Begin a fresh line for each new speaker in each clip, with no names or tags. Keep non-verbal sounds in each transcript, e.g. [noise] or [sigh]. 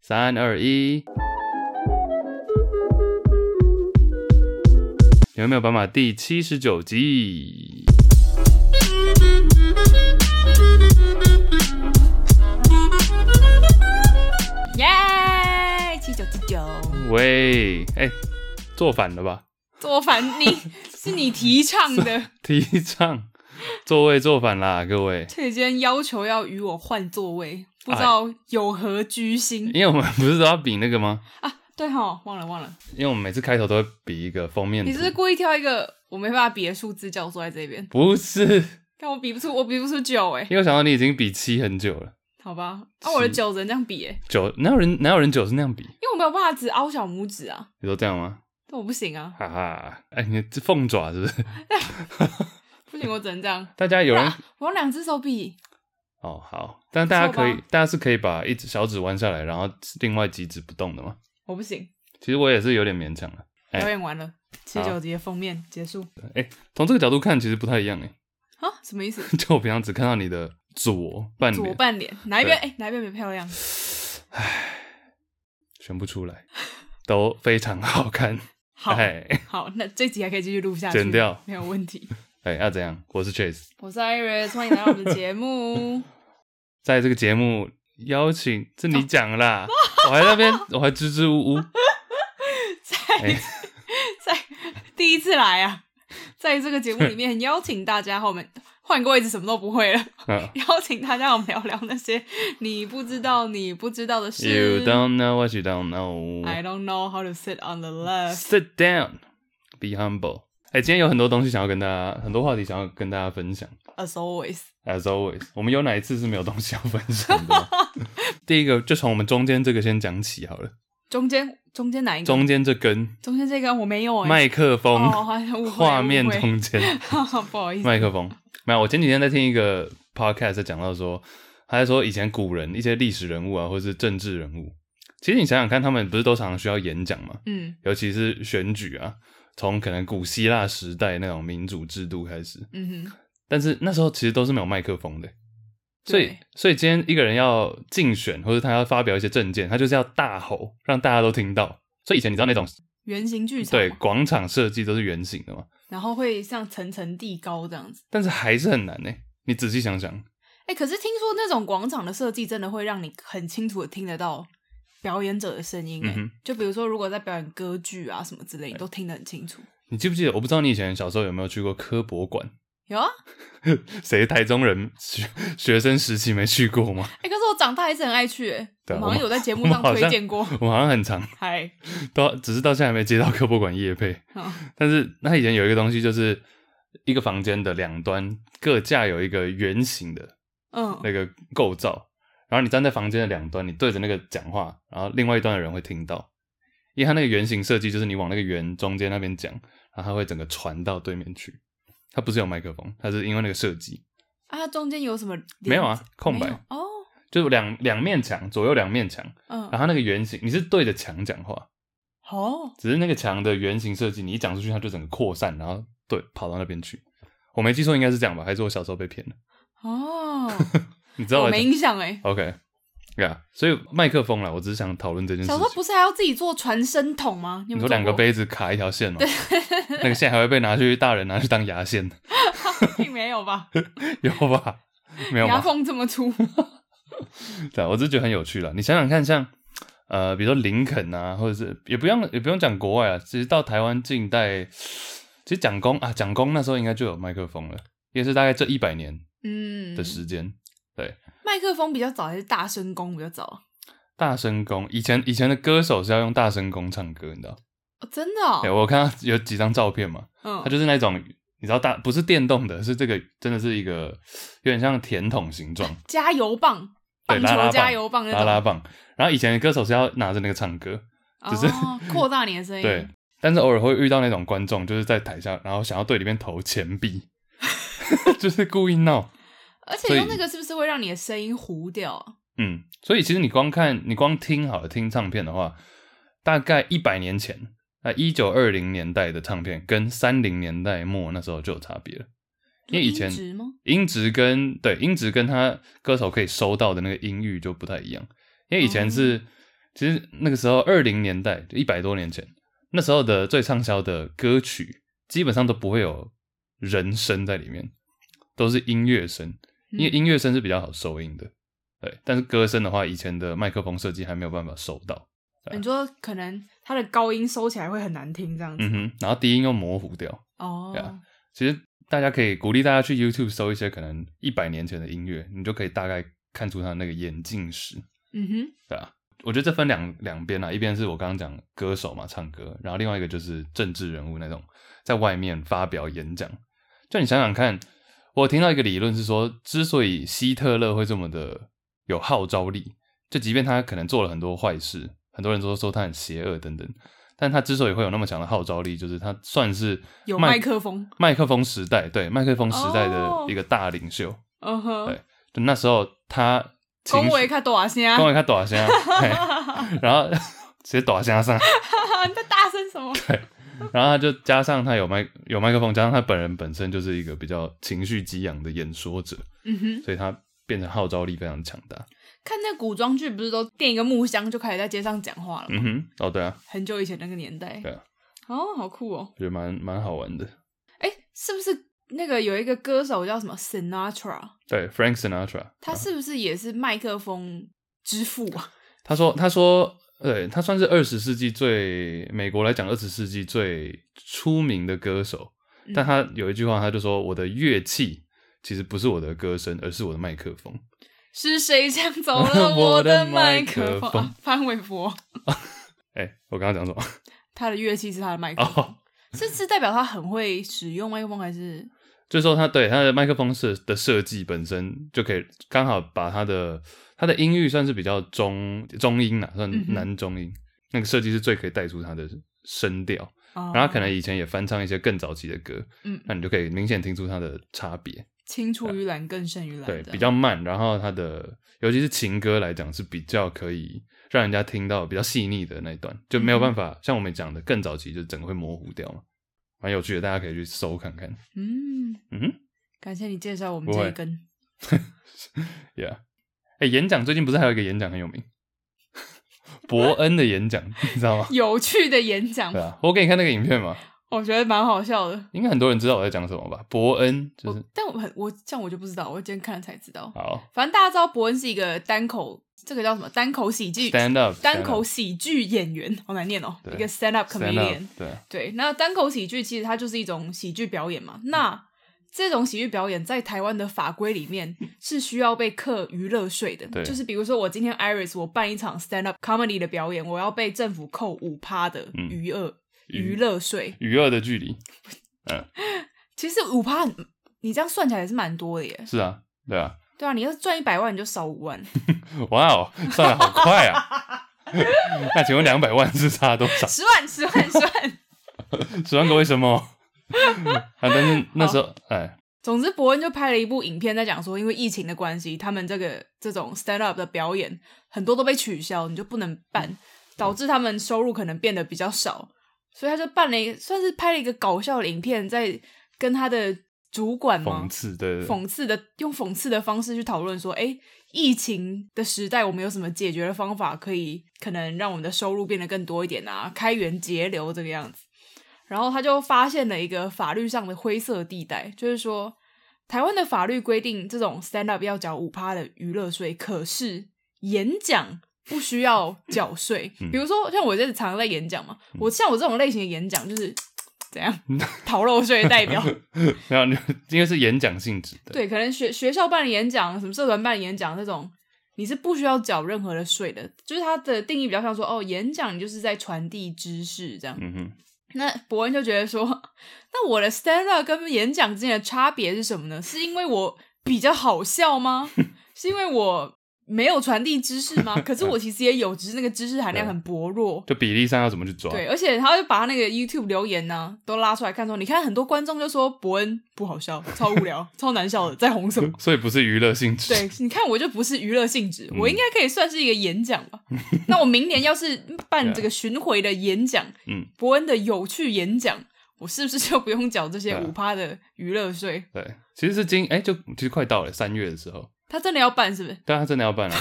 三二一，有没有斑马第七十九集？
耶！七九七九，
喂，哎、做反了吧？ [laughs]
做反 [laughs] 你是你提倡的，
提倡座位做反啦，各位，
却今天要求要与我换座位，不知道有何居心
因为我们不是都要比那个吗？
啊？对哈，忘了忘了，
因为我们每次开头都会比一个封面图，
你是不是故意挑一个我没办法比的数字叫我坐在这边？
不是？
但我比不出，我比不出九哎、
因为我想到你已经比七很久了，
好吧？啊，我的九只能这样比哎、
九哪有人哪有人九是那样比？
因为我没有办法只凹小拇指啊，
你都这样吗？
但我不行啊，
哈哈，哎、你这凤爪是不是？
不行，我只能这样。 [laughs]
大家有人
啊我用两只手比，
哦，好，但大家可以
不错，
大家是可以把一只小指弯下来，然后另外几指不动的嘛。
我不行，
其实我也是有点勉强了。哎
表演完了，七九集的封面结束
从这个角度看，其实不太一样诶。
啊？什么意思？
[laughs] 就我平常只看到你的左半
左
脸，
半脸哪一边？
对
哎、哪一边比较漂亮？
选不出来，都非常好看。 [laughs]
好。
哎
好，那这集还可以继续录下去，
剪掉
没有问题。 [laughs]
哎，要怎样？我是 Chase，
我是 Iris，欢迎来到我们的节目。 [laughs]
在这个节目邀请是
哦
你讲
[laughs]
啦，我还在那边我还支支吾吾。
在
哎
在第一次来啊，在这个节目里
[laughs]
面邀请大家和我们换个位置，什么都不会了。 [laughs]
嗯
邀请大家和我们聊聊那些你不知道、你不知道的事。
You don't know what you don't know.
[laughs] I don't know how to sit on the left。
Sit down, be humble. 哎、今天有很多东西想要跟大家，很多话题想要跟大家分享。
As always，
As always，我们有哪一次是没有东西要分享的吗？ [laughs] 第一个就从我们中间这个先讲起好了。
中间中间哪一个？
中间这根
中间这个我没有哎、
麦克风，
哦好像误会
画面
误会
中间
[laughs] 不好意思，
麦克风。没有，我前几天在听一个 podcast 在讲到说，他在说以前古人一些历史人物啊，或是政治人物，其实你想想看，他们不是都常常需要演讲吗？
嗯
尤其是选举啊，从可能古希腊时代那种民主制度开始，
嗯哼，
但是那时候其实都是没有麦克风的，所以
对
所以今天一个人要竞选或者他要发表一些政见，他就是要大吼，让大家都听到。所以以前你知道那种
圆形剧场嘛，
对广场设计都是圆形的嘛，
然后会像层层递高这样子。
但是还是很难呢、你仔细想想，
哎、可是听说那种广场的设计真的会让你很清楚的听得到表演者的声音、欸，
嗯哼哎
就比如说如果在表演歌剧啊什么之类，你都听得很清楚。
你记不记得？我不知道你以前小时候有没有去过科博馆， [laughs]
有啊，
谁台中人学学生时期没去过吗？ [laughs]
哎、可是我长大还是很爱去、欸，
对啊
我好
我们
像有在节
我
目
们
上
好
推
像
荐过。
我好像很常
嗨，嗯
到，只是到现在还没接到科博馆业配。
好
但是它以前有一个东西，就是一个房间的两端各架有一个圆形的
嗯，
那个构造，然后你站在房间的两端，你对着那个讲话，然后另外一端的人会听到，因为它那个圆形设计就是你往那个圆中间那边讲，然后它会整个传到对面去。它不是有麦克风，它是因为那个设计，
啊，它中间有什么？
没有啊，空白，
哦，
就是两两面墙，左右两面墙，
嗯，
然后那个圆形你是对着墙讲话，
哦，
只是那个墙的圆形设计，你一讲出去，它就整个扩散，然后对跑到那边去。我没记错，应该是这样吧？还是我小时候被骗了？
哦，
你 [laughs] 知道
我
我
没印象哎、
OK，呀、yeah,，所以麦克风啦，我只是想讨论这件事
小时
情
候。不是还要自己做传声筒吗？你
你
有没有
说两个
做过，
杯子卡一条线吗？ [laughs] 那个线还会被拿去大人拿去当牙线， [laughs]
并 [laughs] 没有吧？
有吧？没有
牙
吧？
缝这么粗， [laughs]
对啊，我只是觉得很有趣了。你想想看像，呃，比如说林肯啊，或者是也不用也不用讲国外啊，其实到台湾近代，其实蒋公啊，蒋公那时候应该就有麦克风了，也是大概这一百年
嗯，
的时间。
麦克风比较早还是大声公比较早啊？
大声公以前以前的歌手是要用大声公唱歌，你知道？
哦，真的、哦
对，哎我看到有几张照片嘛，
嗯，
它就是那种你知道大不是电动的，是这个真的是一个有点像甜筒形状，
加油棒，
对，拉
棒
拉棒
球加油棒那
拉
种，
拉棒。然后以前的歌手是要拿着那个唱歌，只是 [laughs]
哦扩大你的声音。
对，，但是偶尔会遇到那种观众，就是在台下，然后想要对里面投钱币， [laughs] 就是故意闹。
而
所
且
以
用那个是不是会让你的声音糊掉啊？
嗯，所以其实你光看你光听好了听唱片的话，大概一百年前，那一九二零年代的唱片跟三零年代末那时候就有差别了，因为以前
音质吗？
音质跟对音质跟他歌手可以收到的那个音域就不太一样，因为以前是、其实那个时候二零年代，一百多年前，那时候的最畅销的歌曲基本上都不会有人声在里面，都是音乐声，因
嗯
为音乐声是比较好收音的。对，但是歌声的话，以前的麦克风设计还没有办法收到。
你说可能它的高音收起来会很难听这样子。
嗯哼，然后低音又模糊掉。
哦
对啊其实大家可以鼓励大家去 YouTube 搜一些可能一百年前的音乐，你就可以大概看出它的那个演进史。
嗯哼，
我觉得这分两两边啊啦，一边是我刚刚讲歌手嘛，唱歌，然后另外一个就是政治人物那种在外面发表演讲。就你想想看，我听到一个理论是说，之所以希特勒会这么的有号召力，就即便他可能做了很多坏事，很多人都说他很邪恶等等，但他之所以会有那么强的号召力，就是他算是
有麦克风
麦克风时代对麦克风时代的
哦
一个大领袖。
嗯哼
对，就那时候他情绪
恭维看多少声， [laughs] 啊
恭维他大声，啊嘿
哈
然后 [laughs] 直接大声啊上，
哈，你在大声什么？
然后他就加上他有麦有麦克风，加上他本人本身就是一个比较情绪激昂的演说者，
嗯哼，
所以他变成号召力非常强大。
看那古装剧不是都垫一个木箱就开始在街上讲话了吗？
嗯哼，哦对啊，
很久以前那个年代。
对啊。
哦，好酷哦！
我觉得蛮蛮好玩的。
哎，是不是那个有一个歌手叫什么 Sinatra？
对，Frank Sinatra，
他是不是也是麦克风之父啊？
他说他说，对他算是二十世纪最美国来讲二十世纪最出名的歌手，
嗯
[laughs] 但他有一句话，他就说我的乐器其实不是我的歌声，而是我的麦克风。
是谁抢走
[laughs]
了
我
我
的
的
麦
麦
克
克
风
风？啊潘玮柏，
哎、我刚刚讲什么？
他的乐器是他的麦克风，
哦，
是是代表他很会使用麦克风，还是
就是说他对他的麦克风设的设计本身就可以刚好把他的他的音域算是比较中中音啦，算
嗯哼
男中音，那个设计是最可以带出他的声调。
哦
然后他可能以前也翻唱一些更早期的歌，
嗯
那你就可以明显听出他的差别。
青出于蓝更胜于蓝，
对，
这样
比较慢，然后他的尤其是情歌来讲是比较可以让人家听到比较细腻的那一段，就没有办法、像我们讲的更早期，就整个会模糊掉嘛，蛮有趣的，大家可以去搜看看。
嗯
嗯哼。
感谢你介绍我们
不会
这一根
Yeah，哎、演讲最近不是还有一个演讲很有名，伯恩的演讲， [laughs] 你知道吗？
有趣的演讲
对，啊，我给你看那个影片嘛，
我觉得蛮好笑的。
应该很多人知道我在讲什么吧？伯恩就
我
是
但我很我这样我就不知道，我今天看了才知道。
好
反正大家知道伯恩是一个单口，这个叫什么单口喜剧
stand up，
单口喜剧演员，好难念哦，
对
一个 stand up
stand up，
comedian。
对啊，
对，那单口喜剧其实它就是一种喜剧表演嘛。那这种喜剧表演在台湾的法规里面是需要被课娱乐税的
对，
就是比如说我今天 Iris 我办一场 stand up comedy 的表演，我要被政府扣五趴的
嗯
娱乐、
娱
娱乐税。
与恶的距离
其实五趴，你这样算起来也是蛮多的耶。
是啊，对啊，
对啊，你要赚一百万你就少五万，
哇哦，算的好快
[laughs]
啊！那请问两百万是差多少？
十万十万十万。
十万个为什么？啊，但是那时候，哎，
总之，伯恩就拍了一部影片，在讲说，因为疫情的关系，他们这个这种 stand up 的表演很多都被取消，你就不能办，
嗯
导致他们收入可能变得比较少，所以他就办了一个，算是拍了一个搞笑的影片，在跟他的主管嘛
讽，刺，对对对，
讽刺的用讽刺的方式去讨论说，哎、疫情的时代，我们有什么解决的方法可以可能让我们的收入变得更多一点啊？开源节流这个样子。然后他就发现了一个法律上的灰色地带，就是说，台湾的法律规定这种 stand up 要缴五趴的娱乐税，可是演讲不需要缴税。
嗯
比如说，像我这常常在演讲嘛，我像我这种类型的演讲就是
[laughs]
怎样逃漏税的代表。
然后就因为是演讲性质的，
对，可能学学校办的演讲、什么社团办的演讲这种，你是不需要缴任何的税的。就是它的定义比较像说，哦，演讲你就是在传递知识这样。
嗯哼。
那伯恩就觉得说，那我的 stand up 跟演讲之间的差别是什么呢？是因为我比较好笑吗？是因为我没有传递知识吗？可是我其实也有，只是那个知识含量很薄弱。
就比例上要怎么去抓？
对，而且他就把他那个 YouTube 留言呢、都拉出来看说，你看很多观众就说伯恩不好笑，超无聊，超难笑的，在红什么？
所以不是娱乐性质。
对，你看我就不是娱乐性质，
嗯
我应该可以算是一个演讲吧。 [laughs] 那我明年要是办这个巡回的演讲，
嗯，
伯恩的有趣演讲，我是不是就不用缴这些
对啊
五趴的娱乐税？
对，其实是今哎、就其实快到了三月的时候，
他真的要办是不是？
但他真的要办了、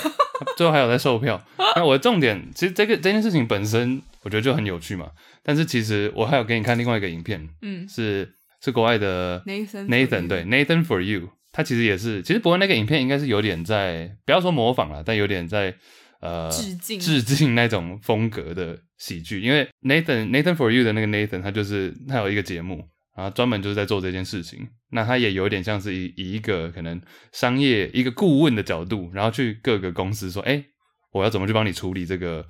最后还有在售票。那我的重点，其实这个这件事情本身，我觉得就很有趣嘛。但是其实我还有给你看另外一个影片，
嗯
是是国外的
，Nathan
Nathan 对 Nathan for You，他其实也是，其实不过那个影片应该是有点在，不要说模仿了，但有点在呃
致敬
致敬那种风格的喜剧，因为 Nathan Nathan for You 的那个 Nathan，他就是他有一个节目。啊，专门就是在做这件事情。那他也有点像是以以一个可能商业一个顾问的角度，然后去各个公司说：“哎、我要怎么去帮你处理这个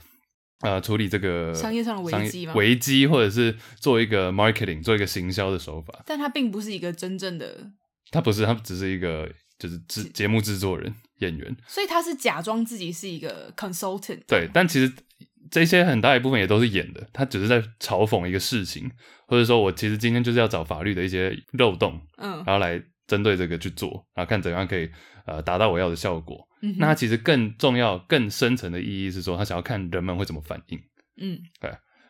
呃处理这个
商业上的危
商业
机吗
危机，或者是做一个 marketing，做一个行销的手法。”
但他并不是一个真正的，
他不是，他只是一个就是制节目制作人、演员。
所以他是假装自己是一个 consultant。
对，但其实这些很大一部分也都是演的，他只是在嘲讽一个事情，或者说我其实今天就是要找法律的一些漏洞，
嗯
然后来针对这个去做，然后看怎样可以呃达到我要的效果。
嗯哼
那他其实更重要、更深层的意义是说，他想要看人们会怎么反应。
嗯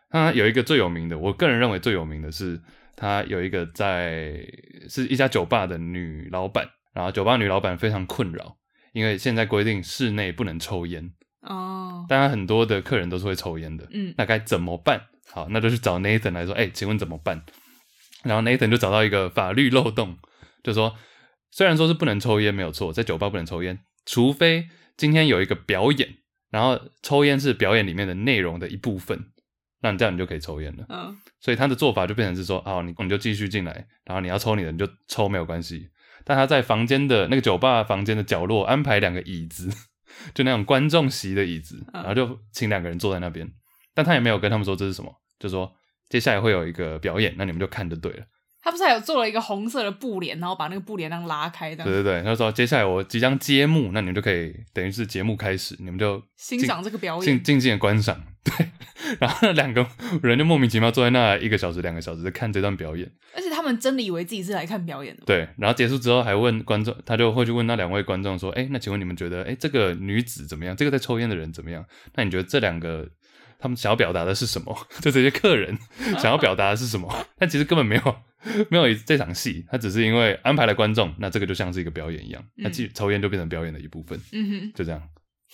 他有一个最有名的，我个人认为最有名的是，他有一个在是一家酒吧的女老板，然后酒吧女老板非常困扰，因为现在规定室内不能抽烟，
哦
当然很多的客人都是会抽烟的，
嗯
那该怎么办？好，那就去找 Nathan 来说，哎、请问怎么办？然后 Nathan 就找到一个法律漏洞，就说虽然说是不能抽烟没有错，在酒吧不能抽烟，除非今天有一个表演，然后抽烟是表演里面的内容的一部分，那你这样你就可以抽烟了。
嗯
所以他的做法就变成是说，哦，你你就继续进来，然后你要抽你的你就抽没有关系。但他在房间的那个酒吧房间的角落安排两个椅子， [laughs] 就那种观众席的椅子，
嗯
然后就请两个人坐在那边。但他也没有跟他们说这是什么，就说接下来会有一个表演，那你们就看就对了。
他不是还有做了一个红色的布帘，然后把那个布帘让拉开这
对
样
对对，他说接下来我即将揭幕，那你们就可以等于是节目开始，你们就
欣赏这个表
静
演。
静静的观赏， [laughs] 对。然后那两个人就莫名其妙坐在那一个小时、两个小时在看这段表演。
而且他们真的以为自己是来看表演的。
对，然后结束之后还问观众，他就会去问那两位观众说：“哎，那请问你们觉得，哎，这个女子怎么样？这个在抽烟的人怎么样？那你觉得这两个他们想要表达的是什么？ [laughs] 就这些客人想要表达的是什么？但其实根本没有没有这场戏，他只是因为安排了观众，那这个就像是一个表演一样，那其实抽烟就变成表演的一部分，
嗯
就这样，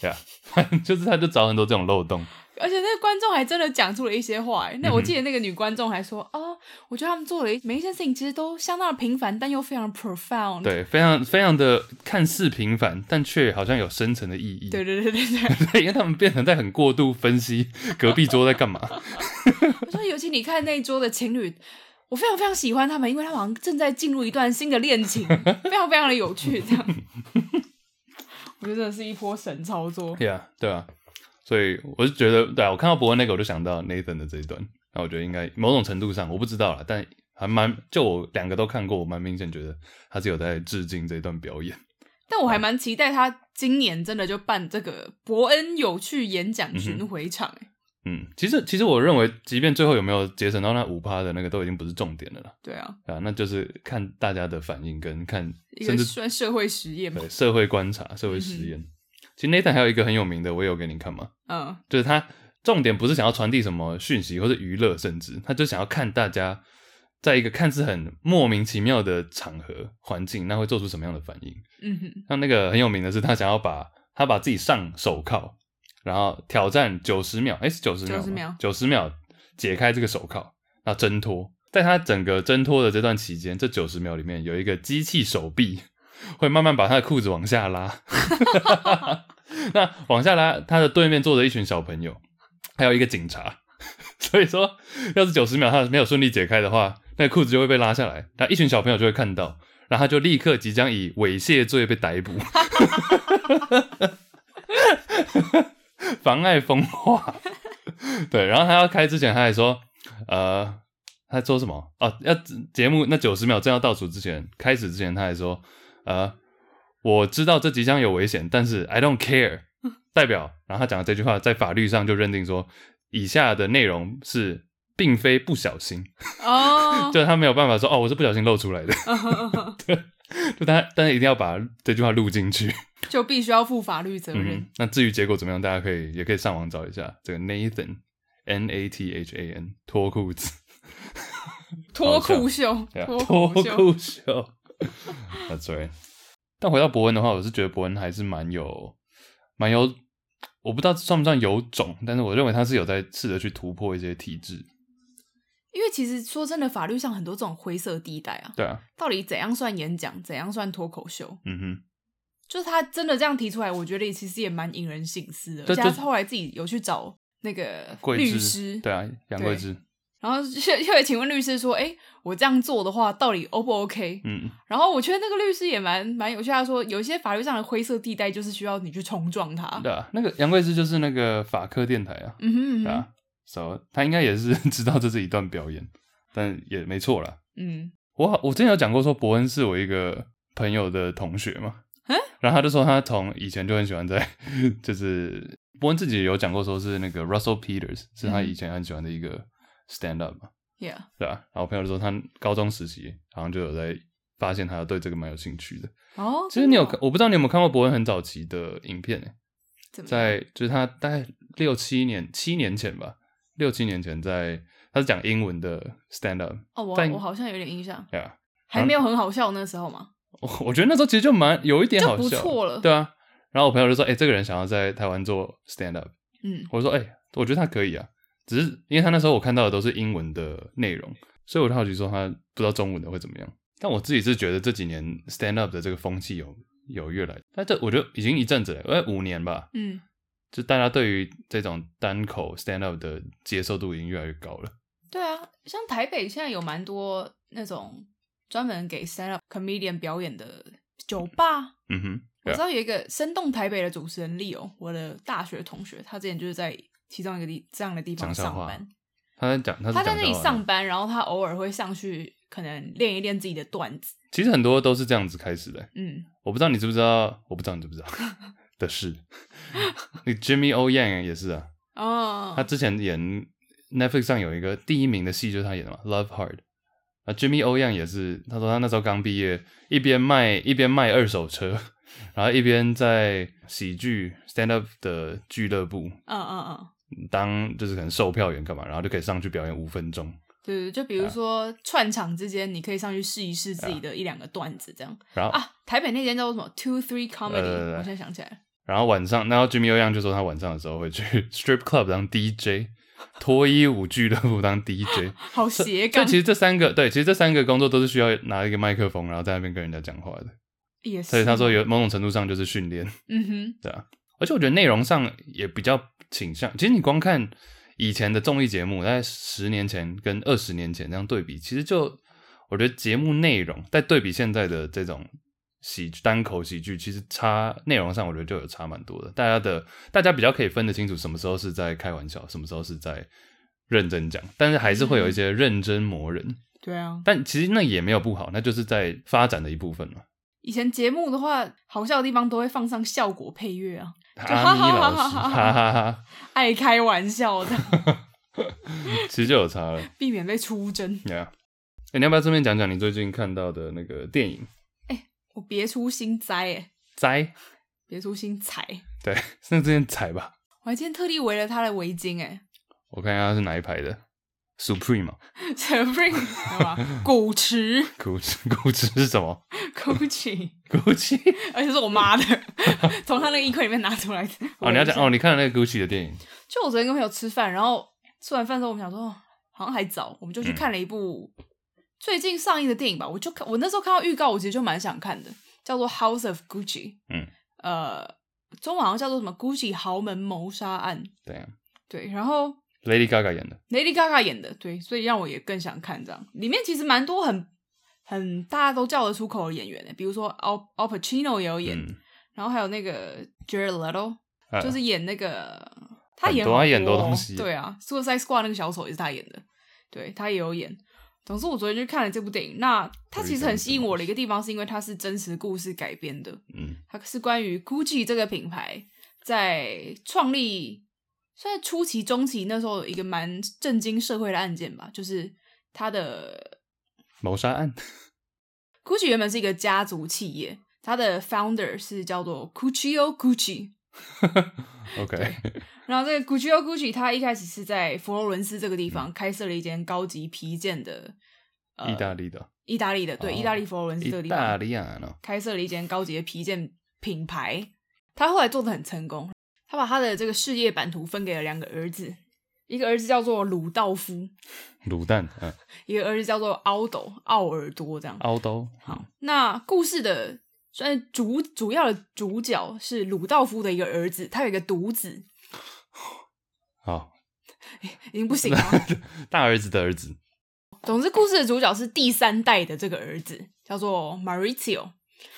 对啊， [laughs] 就是他就找很多这种漏洞，
哼，而且那个观众还真的讲出了一些话、欸。那
嗯
我记得那个女观众还说：“哦，我觉得他们做了一每一件事情，其实都相当的平凡，但又非常 profound。”
对，非常非常的看似平凡，但却好像有深层的意义，
对对对对对， [laughs]
[laughs] 对，因为他们变成在很过度分析隔壁桌在干嘛。
我说尤其你看那一桌的情侣，我非常非常喜欢他们，因为他们好像正在进入一段新的恋情，非常非常的有趣。这样，我觉得真的是一波神操作。
对啊，对啊，所以我就觉得，对啊，我看到伯恩那个，我就想到 Nathan 的这一段。那我觉得应该某种程度上，我不知道啦，但还蛮就我两个都看过，我蛮明显觉得他是有在致敬这一段表演。
但我还蛮期待他今年真的就办这个伯恩有趣演讲
嗯
巡
哼
回场、欸
嗯，其实其实我认为，即便最后有没有节省到那五趴的那个，都已经不是重点了啦。
对啊，
啊，那就是看大家的反应跟看
一
甚
个
至
算社会实验嘛。
对社会观察、社会实验。其实 Nathan 还有一个很有名的，我也有给你看嘛，
嗯，
就是他重点不是想要传递什么讯息或者娱乐，甚至他就想要看大家在一个看似很莫名其妙的场合环境，那会做出什么样的反应。
嗯哼，
那那个很有名的是，他想要把他把自己上手铐，然后挑战九十秒，哎、是九十秒吗，
90秒
九十秒解开这个手铐，那挣脱。在他整个挣脱的这段期间，这九十秒里面有一个机器手臂会慢慢把他的裤子往下拉， [laughs] 那往下拉，他的对面坐着一群小朋友，还有一个警察。 [laughs] 所以说，要是九十秒他没有顺利解开的话，那个裤子就会被拉下来，那一群小朋友就会看到，然后他就立刻即将以猥亵罪被逮捕，妨碍风化。对，然后他要开之前，他还说，呃，他说什么？哦、要节目那九十秒正要倒数之前，开始之前，他还说，呃，我知道这即将有危险，但是 I don't care，代表，然后他讲的这句话，在法律上就认定说，以下的内容是并非不小心，
哦，
[laughs] 就是他没有办法说，哦，我是不小心露出来
[laughs]
的， [laughs] 就他，但是一定要把这句话录进去。
就必须要负法律责
嗯
任。
哼，那至于结果怎么样，大家可以也可以上网找一下这个 Nathan N A T H A N 脱裤子，
脱裤秀，
对啊
脱
[laughs] 脱
裤秀，
裤秀。That's right。但回到伯恩的话，我是觉得伯恩还是蛮有蛮有我不知道算不算有种，但是我认为他是有在试着去突破一些体制。
因为其实说真的，法律上很多这种灰色地带啊，
对啊，
到底怎样算演讲，怎样算脱口秀，
嗯哼。
就是他真的这样提出来，我觉得其实也蛮引人省思的。
这
而且他
这
后来自己有去找那个
桂
律
枝
师，
对啊，杨
对
桂枝，
然后又又也请问律师说，哎，我这样做的话，到底 O 不 OK？、
嗯，
然后我觉得那个律师也蛮蛮有趣，他说有一些法律上的灰色地带，就是需要你去冲撞它。
对啊，那个杨桂枝就是那个法科电台啊，
嗯哼嗯
对
哼，
啊，so 他应该也是 [laughs] 知道这是一段表演，但也没错啦。
嗯，
我好我之前有讲过说伯恩是我一个朋友的同学嘛，
嗯
然后他就说他从以前就很喜欢在，就是伯恩自己有讲过说是那个 Russell Peters 是他
嗯
以前很喜欢的一个 stand up 嘛，
Yeah，
对啊，然后我朋友就说他高中时期好像就有在发现他对这个蛮有兴趣的。
哦，
其实你有
真的
看
哦，
我不知道你有没有看过伯恩很早期的影片欸
怎么样
在就是他大概六七年七年前吧，六七年前在他是讲英文的 stand up，
哦，我
在
我好像有点印象，
对啊，
还没有很好笑那时候嘛。
我我觉得那时候其实就蛮有一点
就
好
不
笑，
错了
对啊。然后我朋友就说：“哎、这个人想要在台湾做 stand up。
嗯”
我说：“哎、我觉得他可以啊，只是因为他那时候我看到的都是英文的内容，所以我就好奇说他不知道中文的会怎么样。但我自己是觉得这几年 stand up 的这个风气有有越来，但这我觉得已经一阵子了，呃，五年吧，
嗯，
就大家对于这种单口 stand up 的接受度已经越来越高了。
对啊，像台北现在有蛮多那种专门给 stand up comedian 表演的酒吧。
嗯哼，
我
对
知
啊，
道有一个生动台北的主持人利友，我的大学同学，他之前就是在其中一个地这样的地方
讲笑
上
话
班，
他在讲，他是
他
讲
在那里
笑话的
上班，然后他偶尔会上去，可能练一练自己的段子。
其实很多都是这样子开始的、欸
嗯，
我不知道你知不知道，我不知道你知
[laughs]
不知道的事。那 Jimmy O Yang 也是啊，
哦，
他之前演 Netflix 上有一个第一名的戏就是他演的嘛，《Love Hard》。啊，Jimmy O Yang 也是，他说他那时候刚毕业，一边卖一边卖二手车，然后一边在喜剧 stand up 的俱乐部
嗯嗯嗯，
当就是可能售票员干嘛，然后就可以上去表演五分钟，
对对，就比
啊
如说串场之间，你可以上去试一试自己的一两个段子这样
然后、
啊。台北那间叫做什么 Two
对
Three Comedy，
对
我现在想起来了。
然后晚上，然后 Jimmy O Yang 就说他晚上的时候会去 [laughs] strip club 当 DJ，脱衣舞俱乐部当
[laughs]
DJ。
好斜
所以
杠
其，实这三个对，其实这三个工作都是需要拿一个麦克风，然后在那边跟人家讲话的。
也是。
所以他说，有某种程度上就是训练，
嗯哼，
对啊。而且我觉得内容上也比较倾向，其实你光看以前的综艺节目，在十年前跟二十年前这样对比，其实就我觉得节目内容在对比现在的这种喜单口喜剧，其实差内容上我觉得就有差蛮多的。大家的大家比较可以分得清楚什么时候是在开玩笑，什么时候是在认真讲，但是还是会有一些认真磨人。
对啊。
但其实那也没有不好，那就是在发展的一部分嘛。
以前节目的话，好笑的地方都会放上效果配乐啊，
哈咪老师，
哈哈哈哈
哈哈哈，
爱开玩笑的， [laughs]
其实就有差了。
避免被出征。
Yeah，、欸、你要不要顺便讲讲你最近看到的那个电影《
我别出心栽，哎，
灾》？ [laughs]
别出心裁。
对，是之前彩吧？
我还今天特地围了他的围巾，哎，
我看一下它是哪一排的，Supreme 哦嘛，
陈 r i n 好吧，古驰 [laughs]
古驰古驰是什么
Gucci，
？Gucci
而且是我妈的， [laughs] 从她那个衣柜里面拿出来的。
哦，你要讲
我
哦，你看了那个 Gucci 的电影，
就我昨天跟朋友吃饭，然后吃完饭之后，我们想说哦好像还早，我们就
嗯
去看了一部最近上映的电影吧。我就看我那时候看到预告，我其实就蛮想看的，叫做《House of Gucci》。
嗯，
呃，中文好像叫做什么《Gucci 豪门谋杀案》。
对啊
对，然后
，Lady Gaga 演的，
Lady Gaga 演的，对，所以让我也更想看这样。里面其实蛮多很很大家都叫得出口的演员的，比如说 Al Al Pacino 也有演，
嗯，
然后还有那个 Jared Leto，、
啊
就是演那个他
很
演
多
好
他演多
哦
东西
对啊，Suicide Squad 那个小丑也是他演的，对他也有演。总之，我昨天去看了这部电影，那它其实很吸引我的一个地方，是因为它是真实故事改编的，
嗯
它是关于 GUCCI 这个品牌在创立算是初期、中期那时候有一个蛮震惊社会的案件吧，就是它的
谋杀
[laughs]
案，
GUCCI 原本是一个家族企业，它的 founder 是叫做 Guccio Gucci，
OK，
然后这个 Gucci o Gucci，它一开始是在佛罗伦斯这个地方开设了一间高级皮件的，呃，
嗯意大利的
意大利的，对，
哦
意大利佛罗伦斯这个
意
地
大
方
利啊，
开设了一间高级的皮件品牌，它后来做的很成功。他把他的这个事业版图分给了两个儿子，一个儿子叫做鲁道夫，
卤蛋，嗯， [laughs]
一个儿子叫做奥斗奥尔多，这样。
凹兜，
好，那故事的算是主主要的主角是鲁道夫的一个儿子，他有一个独子，
好，
已经不行了。
大儿子的儿子，
总之，故事的主角是第三代的这个儿子，叫做 Maurizio。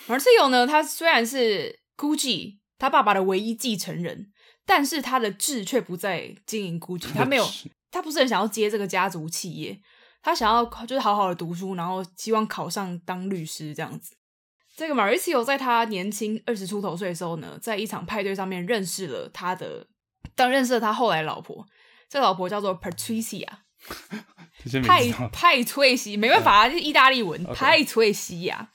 Maurizio 呢，他虽然是 Gucci 他爸爸的唯一继承人，但是他的志却不在经营 Gucci，他没有，他不是很想要接这个家族企业，他想要就是好好的读书，然后希望考上当律师这样子。这个 Maurizio 在他年轻二十出头岁的时候呢，在一场派对上面认识了他的，当认识了他后来老婆，这老婆叫做 Patricia。
这些名
派
字都好。
派翠西，没办法、啊，就是意大利文
OK
派翠西呀、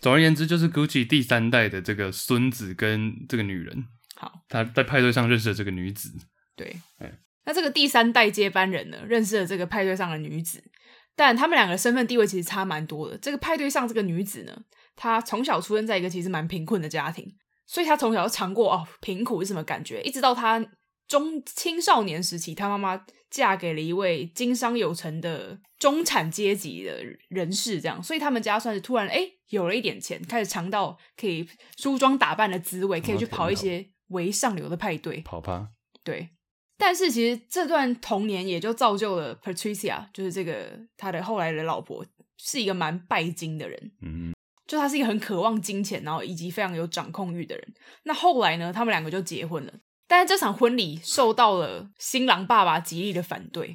总而言之，就是 Gucci 第三代的这个孙子跟这个女人，
好，
他在派对上认识的这个女子，
对
哎，
那这个第三代接班人呢，认识了这个派对上的女子，但他们两个身份地位其实差蛮多的。这个派对上这个女子呢，她从小出生在一个其实蛮贫困的家庭，所以她从小就尝过哦贫苦是什么感觉，一直到她中青少年时期，她妈妈嫁给了一位经商有成的中产阶级的人士，这样，所以他们家算是突然哎、诶有了一点钱，开始尝到可以梳妆打扮的滋味，可以去跑一些为上流的派对。
跑趴，
对，但是其实这段童年也就造就了 Patricia，就是这个他的后来的老婆，是一个蛮拜金的人，
嗯，
就她是一个很渴望金钱，然后以及非常有掌控欲的人。那后来呢，他们两个就结婚了，但是这场婚礼受到了新郎爸爸极力的反对，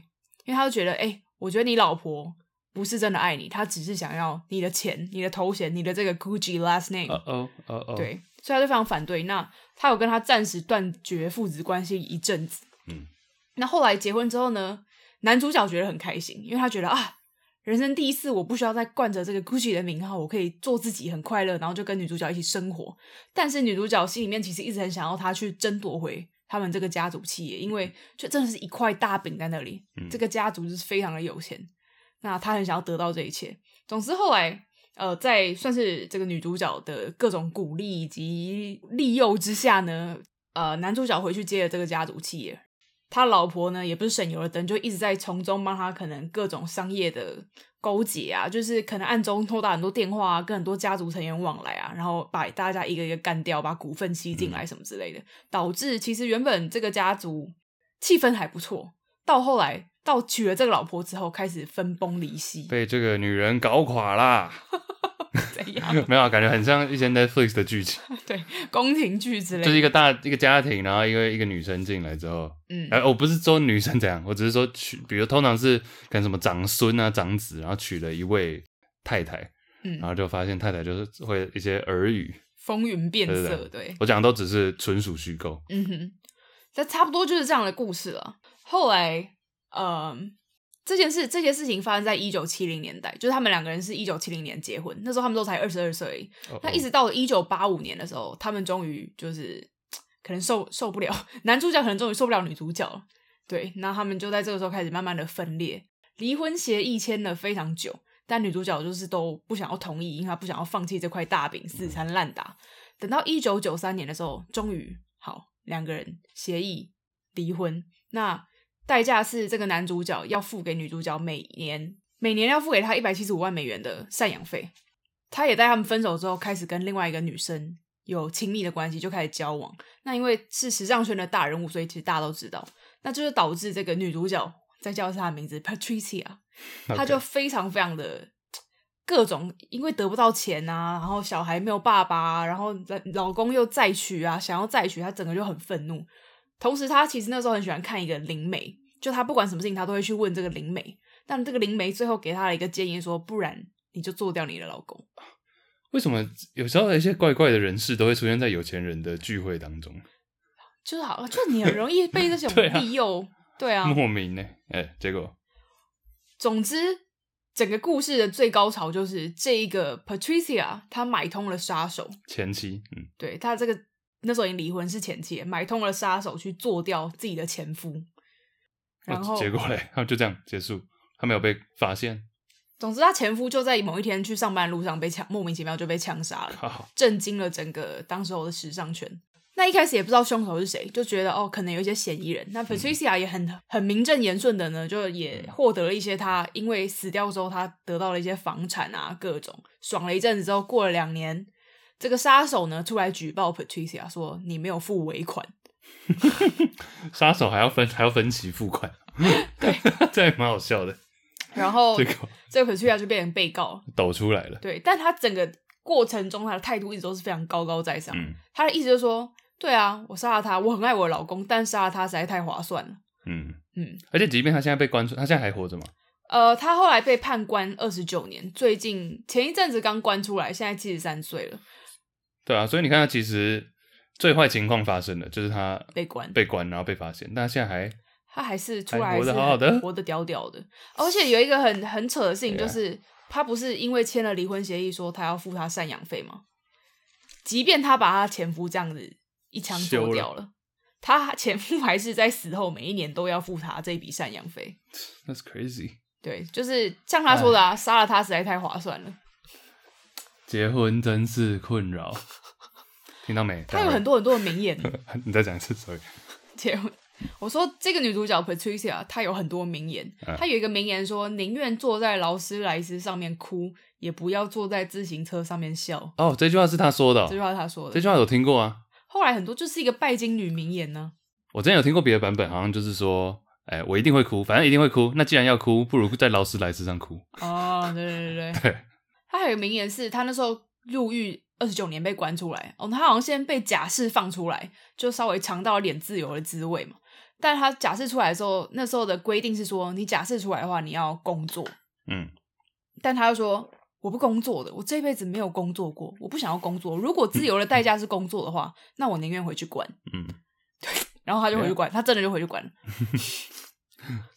因为他就觉得，哎、我觉得你老婆。不是真的爱你，她只是想要你的钱、你的头衔、你的这个 Gucci last name。
哦哦哦哦，，
嗯对，所以他就非常反对。那他有跟他暂时断绝父子关系一阵子。
嗯，
那后来结婚之后呢，男主角觉得很开心，因为他觉得啊，人生第一次我不需要再冠着这个 Gucci 的名号，我可以做自己，很快乐，然后就跟女主角一起生活。但是女主角心里面其实一直很想要他去争夺回。他们这个家族企业，因为就真的是一块大饼在那里，
嗯
这个家族就是非常的有钱，那他很想要得到这一切。总之后来，呃，在算是这个女主角的各种鼓励以及利诱之下呢，呃，男主角回去接了这个家族企业，他老婆呢也不是省油的灯，就一直在从中帮他可能各种商业的勾结啊，就是可能暗中偷打很多电话啊，跟很多家族成员往来啊，然后把大家一个一个干掉，把股份吸
嗯
进来什么之类的，导致其实原本这个家族气氛还不错，到后来到娶了这个老婆之后，开始分崩离析，
被这个女人搞垮
[laughs]
啦，
怎样？
没有啊，感觉很像一些 Netflix 的剧情，
对，宫廷剧之类
就是
的，
一个大一个家庭，然后因为一个女生进来之后，
嗯，
哎、我不是说女生怎样，我只是说娶，比如通常是可能什么长孙啊、长子，然后娶了一位太太，
嗯
然后就发现太太就是会一些耳语，
风云变
对对
色，对，
我讲的都只是纯属虚构，
嗯哼，这差不多就是这样的故事了。后来，嗯，这件事这些事情发生在一九七零年代，就是他们两个人是一九七零年结婚，那时候他们都才二十二岁而已，
哦
那一直到了一九八五年的时候，他们终于就是嘖可能受受不了， [laughs] 男主角可能终于受不了女主角了，对，那他们就在这个时候开始慢慢的分裂，离婚协议签了非常久，但女主角就是都不想要同意，因为她不想要放弃这块大饼，
嗯
死缠烂打。等到一九九三年的时候，终于好两个人协议离婚，那代价是这个男主角要付给女主角每年每年要付给她一百七十五万美元的赡养费。他也在他们分手之后开始跟另外一个女生有亲密的关系，就开始交往。那因为是时尚圈的大人物，所以其实大家都知道，那就是导致这个女主角再叫一下她的名字 Patricia，
OK
她就非常非常的各种，因为得不到钱啊，然后小孩没有爸爸、啊，然后老公又再娶啊，想要再娶，她整个就很愤怒。同时，她其实那时候很喜欢看一个灵媒，就她不管什么事情，她都会去问这个灵媒。但这个灵媒最后给她了一个建议说，不然你就做掉你的老公。
为什么有时候一些怪怪的人士都会出现在有钱人的聚会当中？
就是好，就你很容易被这种
[laughs] 对啊
利诱，对啊。
莫名呢、哎、结果
总之，整个故事的最高潮就是这一个 Patricia，她买通了杀手，
前妻，嗯，
对她这个那时候已经离婚是前妻，买通了杀手去做掉自己的前夫。然后，
哦结果嘞， [laughs] 他就这样结束，他没有被发现，
总之，她前夫就在某一天去上班的路上被枪，莫名其妙就被枪杀了。
靠，
震惊了整个当时候的时尚圈。那一开始也不知道凶手是谁，就觉得哦，可能有一些嫌疑人。
嗯
那 Patricia 也很很名正言顺的呢，就也获得了一些他因为死掉之后，他得到了一些房产啊，各种爽了一阵子之后，过了两年，这个杀手呢出来举报 Patricia 说你没有付尾
[laughs]
款，
杀手还要分还要分期付
[laughs]
款， [laughs] 这还蛮好笑的。
然后
这个嗯
这个 Patricia 就变成被告了。
抖出来了，
对，但他整个过程中他的态度一直都是非常高高在上。
嗯
他的意思就是说，对啊，我杀了他，我很爱我的老公，但杀了他实在太划算了。
嗯
嗯，
而且即便他现在被关出，他现在还活着嘛？
呃，他后来被判关二十九年，最近前一阵子刚关出来，现在七十三岁了，
对啊，所以你看他其实最坏情况发生了，就是他
被关。
被关然后被发现，但他现在还
他还是出
还
来
活得
是
好好的
活得屌屌的。而且有一个很很扯的事情，
对
就
啊
是、他不是因为签了离婚协议，说他要付他赡养费吗？即便他把他前夫这样子一枪
休
做
了
掉了，他前夫还是在死后每一年都要付他这笔赡养费。
that's crazy，
对，就是像他说的
哎
啊，杀了他实在太划算了。
结婚真是困扰，听到没？
他有很多很多的名言
多， [laughs] 你再讲一次，sorry，
结婚。我说这个女主角 Patricia，她有很多名言。
嗯
她有一个名言说：“宁愿坐在劳斯莱斯上面哭，也不要坐在自行车上面笑。
哦，这句话是他说的、”
这句
哦，
话是她说
这
的。
句话有听过啊？
后来很多就是一个拜金女名言呢、
我之前有听过别的版本，好像就是说，哎，我一定会哭，反正一定会哭，那既然要哭，不如在劳斯莱斯上哭。
哦，对对对对。
对，
她还有一个名言是，她那时候入狱二十九年被关出来，哦，她好像先被假释放出来，就稍微尝到了点自由的滋味嘛。但她假释出来的时候，那时候的规定是说，你假释出来的话，你要工作。
嗯，
但他又说我不工作的，我这辈子没有工作过，我不想要工作。如果自由的代价是工作的话，那我宁愿回去关。 [laughs]
嗯，
然后他就回去关，他真的就回去关了。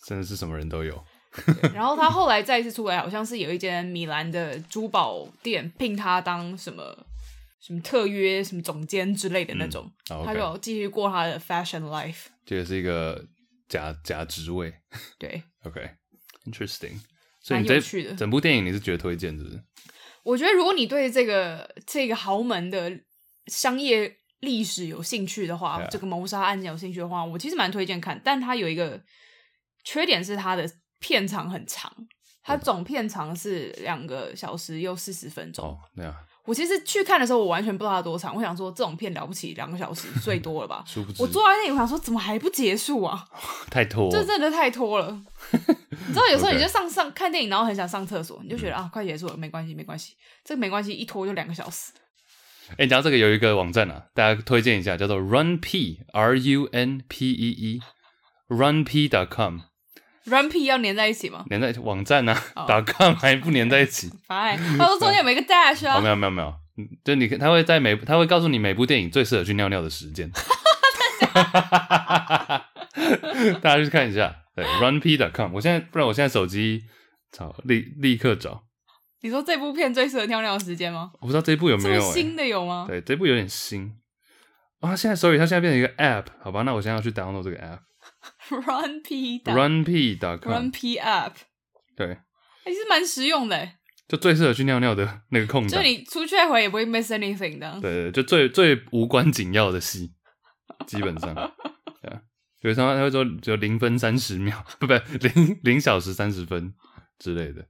真的是什么人都有。
[laughs] 然后他后来再一次出来，好像是有一间米兰的珠宝店聘他当什么什么特约、什么总监之类的那种，
好
他
嗯哦，OK，
就继续过他的 fashion life。
这也是一个假假职位。
对，
OK，interesting、所以你
蛮
这
有趣的
整部电影你是觉得推荐，是不是？
我觉得如果你对这个这个豪门的商业历史有兴趣的话
Yeah.
这个谋杀案件有兴趣的话，我其实蛮推荐看。但它有一个缺点是它的片长很长，它总片长是两个小时又四十分钟。
哦，对啊，
我其实去看的时候，我完全不知道它多长。我想说这种片了不起，两个小时最多
[laughs]
了吧？
殊不知
我坐在那里，我想说怎么还不结束啊？
太拖，
这真的太拖了。
[laughs]
你知道有时候
OK 嗯
你就上上看电影，然后很想上厕所，你就觉得、啊，快结束了，没关系，没关系，这个没关系，一拖就两个小时。
哎、讲到这个有一个网站啊，大家推荐一下，叫做 Run P E R U N P E E Run P E dot com，
run p 要粘在一起吗？
连在网站呢、
哦
啊 dot com 还不连在一起？ [laughs]
烦，他说中间有没个 dash
哦，
啊
没，有没有没有，嗯就你他会在每他会告诉你每部电影最适合去尿尿的时间， [laughs] 大家去看一下，对 E runp.com，我现在不然我现在手机找立立刻找，
你说这部片最适合尿尿的时间吗？
我不知道这部有
这
没
么
有、欸
新，的有吗？
对这部有点新啊、它现在所以它现在变成一个 app，好吧，那我现在要去 download 这个
run p run
app，runp.com，
p app，
对，
还是蛮实用的欸，
就最适合去尿尿的那个空
就
档，
你出去一会也不会 miss anything 的。
嗯对对，就最最无关紧要的戏， [laughs] 基本上，对啊，有时候他会说就零分三十秒， [laughs] 不不，零零小时三十分之类的。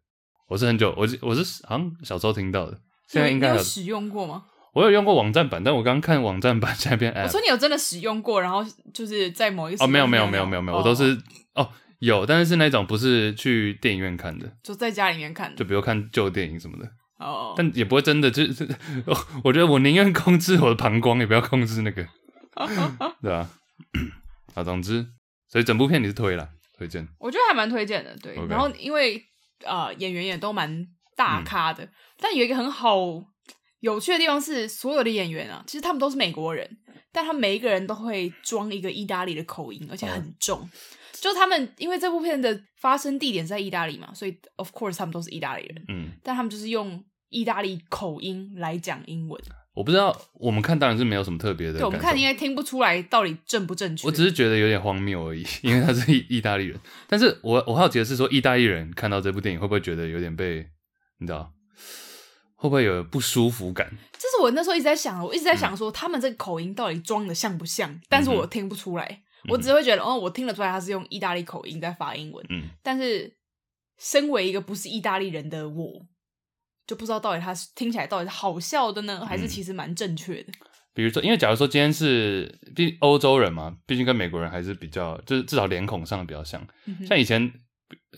我是很久，我是我是好像小时候听到的，现在应该
你
还
有
有
使用过吗？
我有用过网站版，但我刚看网站版下
[laughs]
边
我
app
说你有真的使用过，然后就是在某一个时
哦，
间
没有没有
尿
没有
尿
没有没有，
哦
我都是哦有，但是是那种不是去电影院看的，
就在家里面看
就
的。
比如看旧电影什么的，
哦，
但也不会真的就是， [laughs] 我我觉得我宁愿控制我的膀胱，也不要控制那
[laughs]
个，对吧、啊？总之，所以整部片你是推了，推荐。
我觉得还蛮推荐的，对。
OK
然后因为呃演员也都蛮大咖
嗯
的，但有一个很好有趣的地方是，所有的演员啊，其实他们都是美国人，但他们每一个人都会装一个意大利的口音，而
哦
且很重。就他们因为这部片的发生地点是在意大利嘛，所以 of course 他们都是意大利人，
嗯，
但他们就是用意大利口音来讲英文。
我不知道，我们看当然是没有什么特别的
对，
感受
我们，看应该听不出来到底正不正确。
我只是觉得有点荒谬而已，因为他是意意大利人。但是我我好奇的是说，意大利人看到这部电影会不会觉得有点被你知道？会不会有不舒服感？
这是我那时候一直在想的，我一直在
嗯
想说他们这个口音到底装的像不像，但是我听不出来，
嗯
我只会觉得哦，我听得出来他是用意大利口音在发英文，
嗯，
但是身为一个不是意大利人的我，就不知道到底他是听起来到底是好笑的
嗯
呢，还是其实蛮正确的。
比如说，因为假如说今天是毕欧洲人嘛，毕竟跟美国人还是比较，就是至少脸孔上比较像。
嗯哼
像以前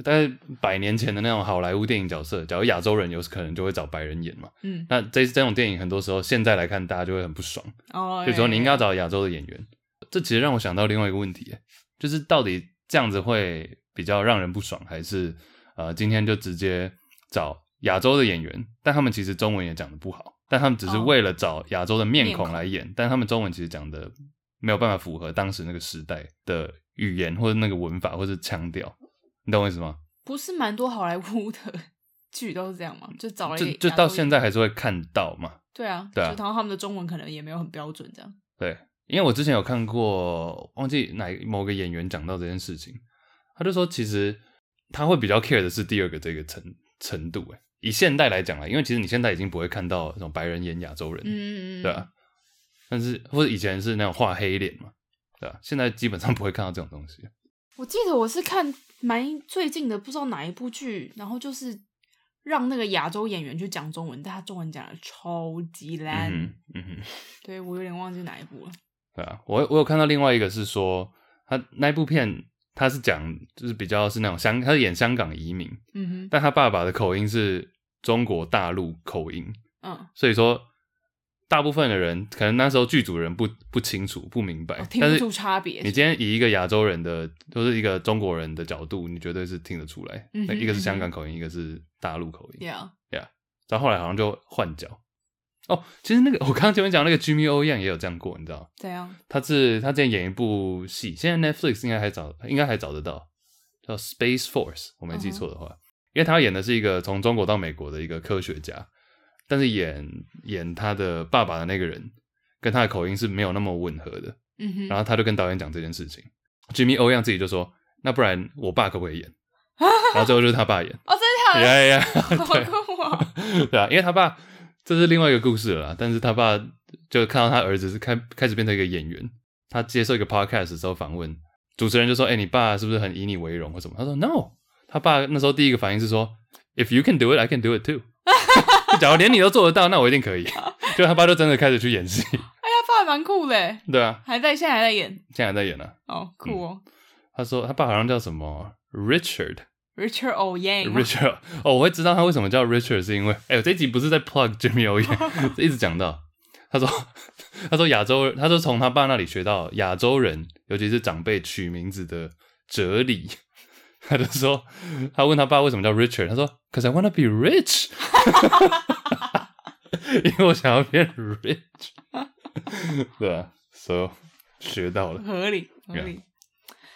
大概百年前的那种好莱坞电影角色，假如亚洲人有可能就会找白人演嘛。
嗯，
那这这种电影很多时候现在来看，大家就会很不爽，
哦，
就说你应该
哎
要找亚洲的演员。这其实让我想到另外一个问题，就是到底这样子会比较让人不爽，还是呃今天就直接找亚洲的演员，但他们其实中文也讲的不好，但他们只是
哦
为了找亚洲的面
面
孔
孔
来演，但他们中文其实讲的没有办法符合当时那个时代的语言或者那个文法或者腔调，你懂我意思吗？
不是蛮多好莱坞的剧都是
[laughs]
这样吗？就找了一
就
个
就
亚
到
洲
现在还是会看到嘛，
对啊，
对啊
就然后他们的中文可能也没有很标准，这样
对，因为我之前有看过，忘记哪某个演员讲到这件事情，他就说其实他会比较 care 的是第二个这个程程度，哎，以现代来讲啊，因为其实你现在已经不会看到那种白人演亚洲人，
嗯，嗯嗯
对啊，但是或者以前是那种画黑脸嘛，对啊，现在基本上不会看到这种东西。
我记得我是看蛮最近的，不知道哪一部剧，然后就是让那个亚洲演员去讲中文，但他中文讲的超级烂，
嗯哼，嗯哼。
对我有点忘记哪一部了。
对啊，我我有看到另外一个是说，他那一部片他是讲就是比较是那种香，他是演香港移民，
嗯
但他爸爸的口音是中国大陆口音，
哼，
所以说大部分的人可能那时候剧组人不不清楚不明白，
嗯，我听
但
不
是
出差别。
你今天以一个亚洲人的，就是一个中国人的角度，你绝对是听得出来，
嗯哼
那一个是
嗯哼
香港口音，一个是大陆口音。
Yeah，
然后后来好像就换角。哦，其实那个我刚刚前面讲那个 Jimmy O Yang 也有这样过，你知道吗？
怎样？
他是他之前演一部戏，现在 Netflix 应该还找应该还找得到，叫 Space Force，我没记错的话，因为他演的是一个从中国到美国的一个科学家，但是演演他的爸爸的那个人跟他的口音是没有那么吻合的，
嗯
然
哼，
后他就跟导演讲这件事情，Jimmy O 样自己就说，那不然我爸可不可以演？然后最后就是他爸
[laughs]
演，
哦，真的假
呀呀呀，
的？好酷啊！
[laughs] 对啊，因为他爸这是另外一个故事了啦，但是他爸就看到他儿子是开开始变成一个演员，他接受一个 podcast 的时候访问，主持人就说：“哎、你爸是不是很以你为荣或什么？”他说：“No。”他爸那时候第一个反应是说：“If you can do it, I can do it too。” [laughs] 假如连你都做得到，那我一定可以。就他爸就真的开始去演戏，
哎呀，爸还蛮酷的，
对啊，
还在现在还在演，
现在还在演呢、啊。
哦，酷哦。
他说他爸好像叫什么 Richard。
Richard O. Yang 吗
Richard [laughs] 哦，我会知道他为什么叫 Richard，是因为哎、我这一集不是在 plug Jimmy O 耶，一直讲到他说 [laughs] 他说亚洲，他说从他爸那里学到亚洲人，尤其是长辈取名字的哲理。他就说他问他爸为什么叫 Richard，他说 Cause I wanna be rich，因为我想要变 rich。对啊，so 学到了，
[laughs] 合理合理。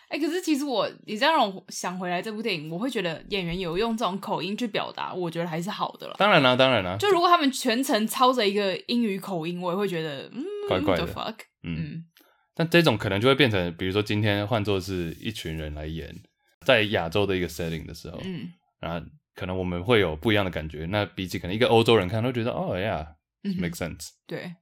哎、可是其实我，你这样让我想回来这部电影，我会觉得演员有用这种口音去表达，我觉得还是好的啦。
当然啦、当然啦、
就如果他们全程操着一个英语口音，我也会觉得，嗯，
怪怪的
what the fuck，
嗯。
嗯
但这种可能就会变成，比如说今天换作是一群人来演，在亚洲的一个 setting 的时候，
嗯
然后可能我们会有不一样的感觉。那比起可能一个欧洲人看，会觉得哦呀、
嗯
yeah,，make
哼，
sense。
对，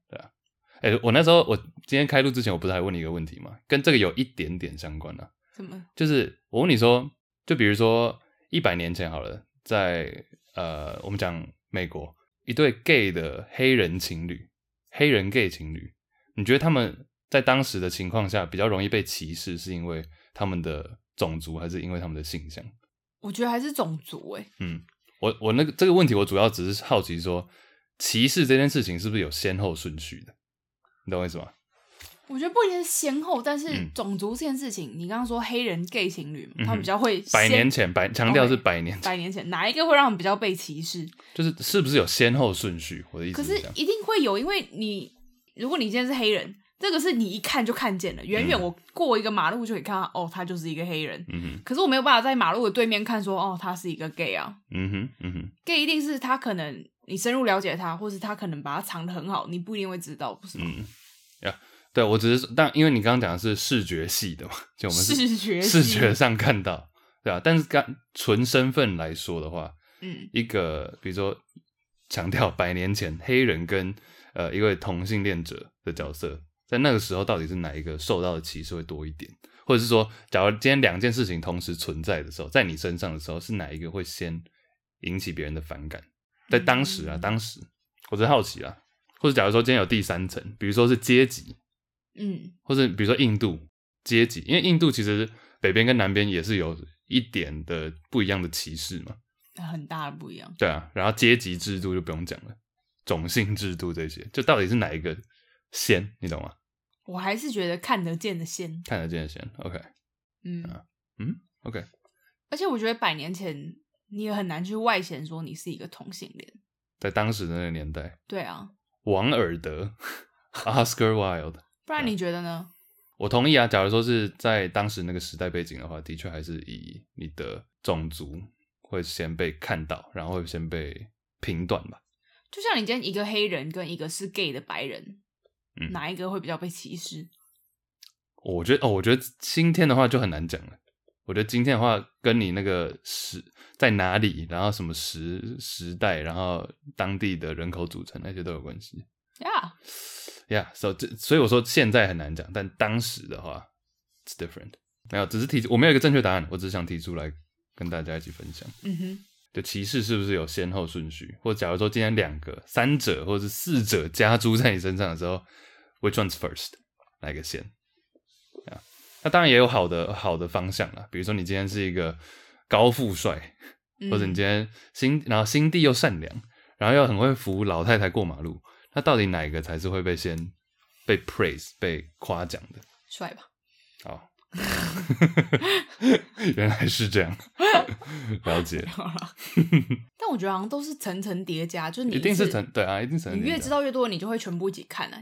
哎、我那时候我今天开录之前，我不是还问你一个问题吗？跟这个有一点点相关啊，
怎么，
就是我问你说，就比如说一百年前好了，在呃，我们讲美国一对 gay 的黑人情侣，黑人 gay 情侣，你觉得他们在当时的情况下比较容易被歧视，是因为他们的种族，还是因为他们的性向？
我觉得还是种族哎、
嗯，我我那个这个问题，我主要只是好奇说，歧视这件事情是不是有先后顺序的？你懂我意思吗？
我觉得不一定是先后，但是
嗯
种族这件事情，你刚刚说黑人 gay 情侣嘛，
嗯哼
他们比较会
百年
先
前，百强调是百年前，
百年前，哪一个会让他们比较被歧视？
就是是不是有先后顺序？我的意
可
思
是
这样。
一定会有，因为你如果你今天是黑人，这个是你一看就看见了，远远
嗯
我过一个马路就可以看到，哦，他就是一个黑人。
嗯哼，
可是我没有办法在马路的对面看说，哦，他是一个 gay 啊
嗯哼，嗯哼。
，gay 一定是他可能你深入了解他，或是他可能把他藏得很好，你不一定会知道，不是吗？
嗯，呀，对我只是，但因为你刚刚讲的是视觉系的嘛，就我们是
视觉
视
系
觉，上看到，啊对吧、但是刚纯身份来说的话，
嗯
一个比如说强调百年前黑人跟呃一位同性恋者的角色，在那个时候到底是哪一个受到的歧视会多一点，或者是说，假如今天两件事情同时存在的时候，在你身上的时候，是哪一个会先引起别人的反感？在当时啊，
嗯
当时我真好奇啊，或者假如说今天有第三层，比如说是阶级，
嗯
或者比如说印度阶级，因为印度其实北边跟南边也是有一点的不一样的歧视嘛，
很大的不一样。
对啊，然后阶级制度就不用讲了，种姓制度这些，就到底是哪一个先，你懂吗？
我还是觉得看得见的先，
看得见的先，OK
嗯，
嗯 OK，
而且我觉得百年前你也很难去外显说你是一个同性恋。
在当时的那个年代，
对啊，
王尔德 Oscar Wilde，
不然你觉得呢？
我同意啊，假如说是在当时那个时代背景的话，的确还是以你的种族会先被看到，然后会先被评断吧。
就像你今天一个黑人跟一个是 gay 的白人，
嗯
哪一个会比较被歧视？
我觉得哦，我觉得今天的话就很难讲了。我觉得今天的话，跟你那个时在哪里，然后什么时时代，然后当地的人口组成那些都有关系。
呀、
Yeah，so 这所以我说现在很难讲，但当时的话，it's different。没有，只是提我没有一个正确答案，我只是想提出来跟大家一起分享。
嗯哼，
就歧视是不是有先后顺序？或假如说今天两个、三者或者是四者加诸在你身上的时候，which one's first？哪一个先？啊，那当然也有好的好的方向啦，比如说你今天是一个高富帅，
嗯
或者你今天心然后心地又善良，然后又很会扶老太太过马路，那到底哪一个才是会被先被 praise 被夸奖的？[laughs]
帅吧？ [laughs]
好，原来是这样， [laughs] 了解。
但我觉得好像都是层层叠加，就是你
一定是
次
成对啊，一定是层
你
叠
越
加
知道越多，你就会全部一起看啊。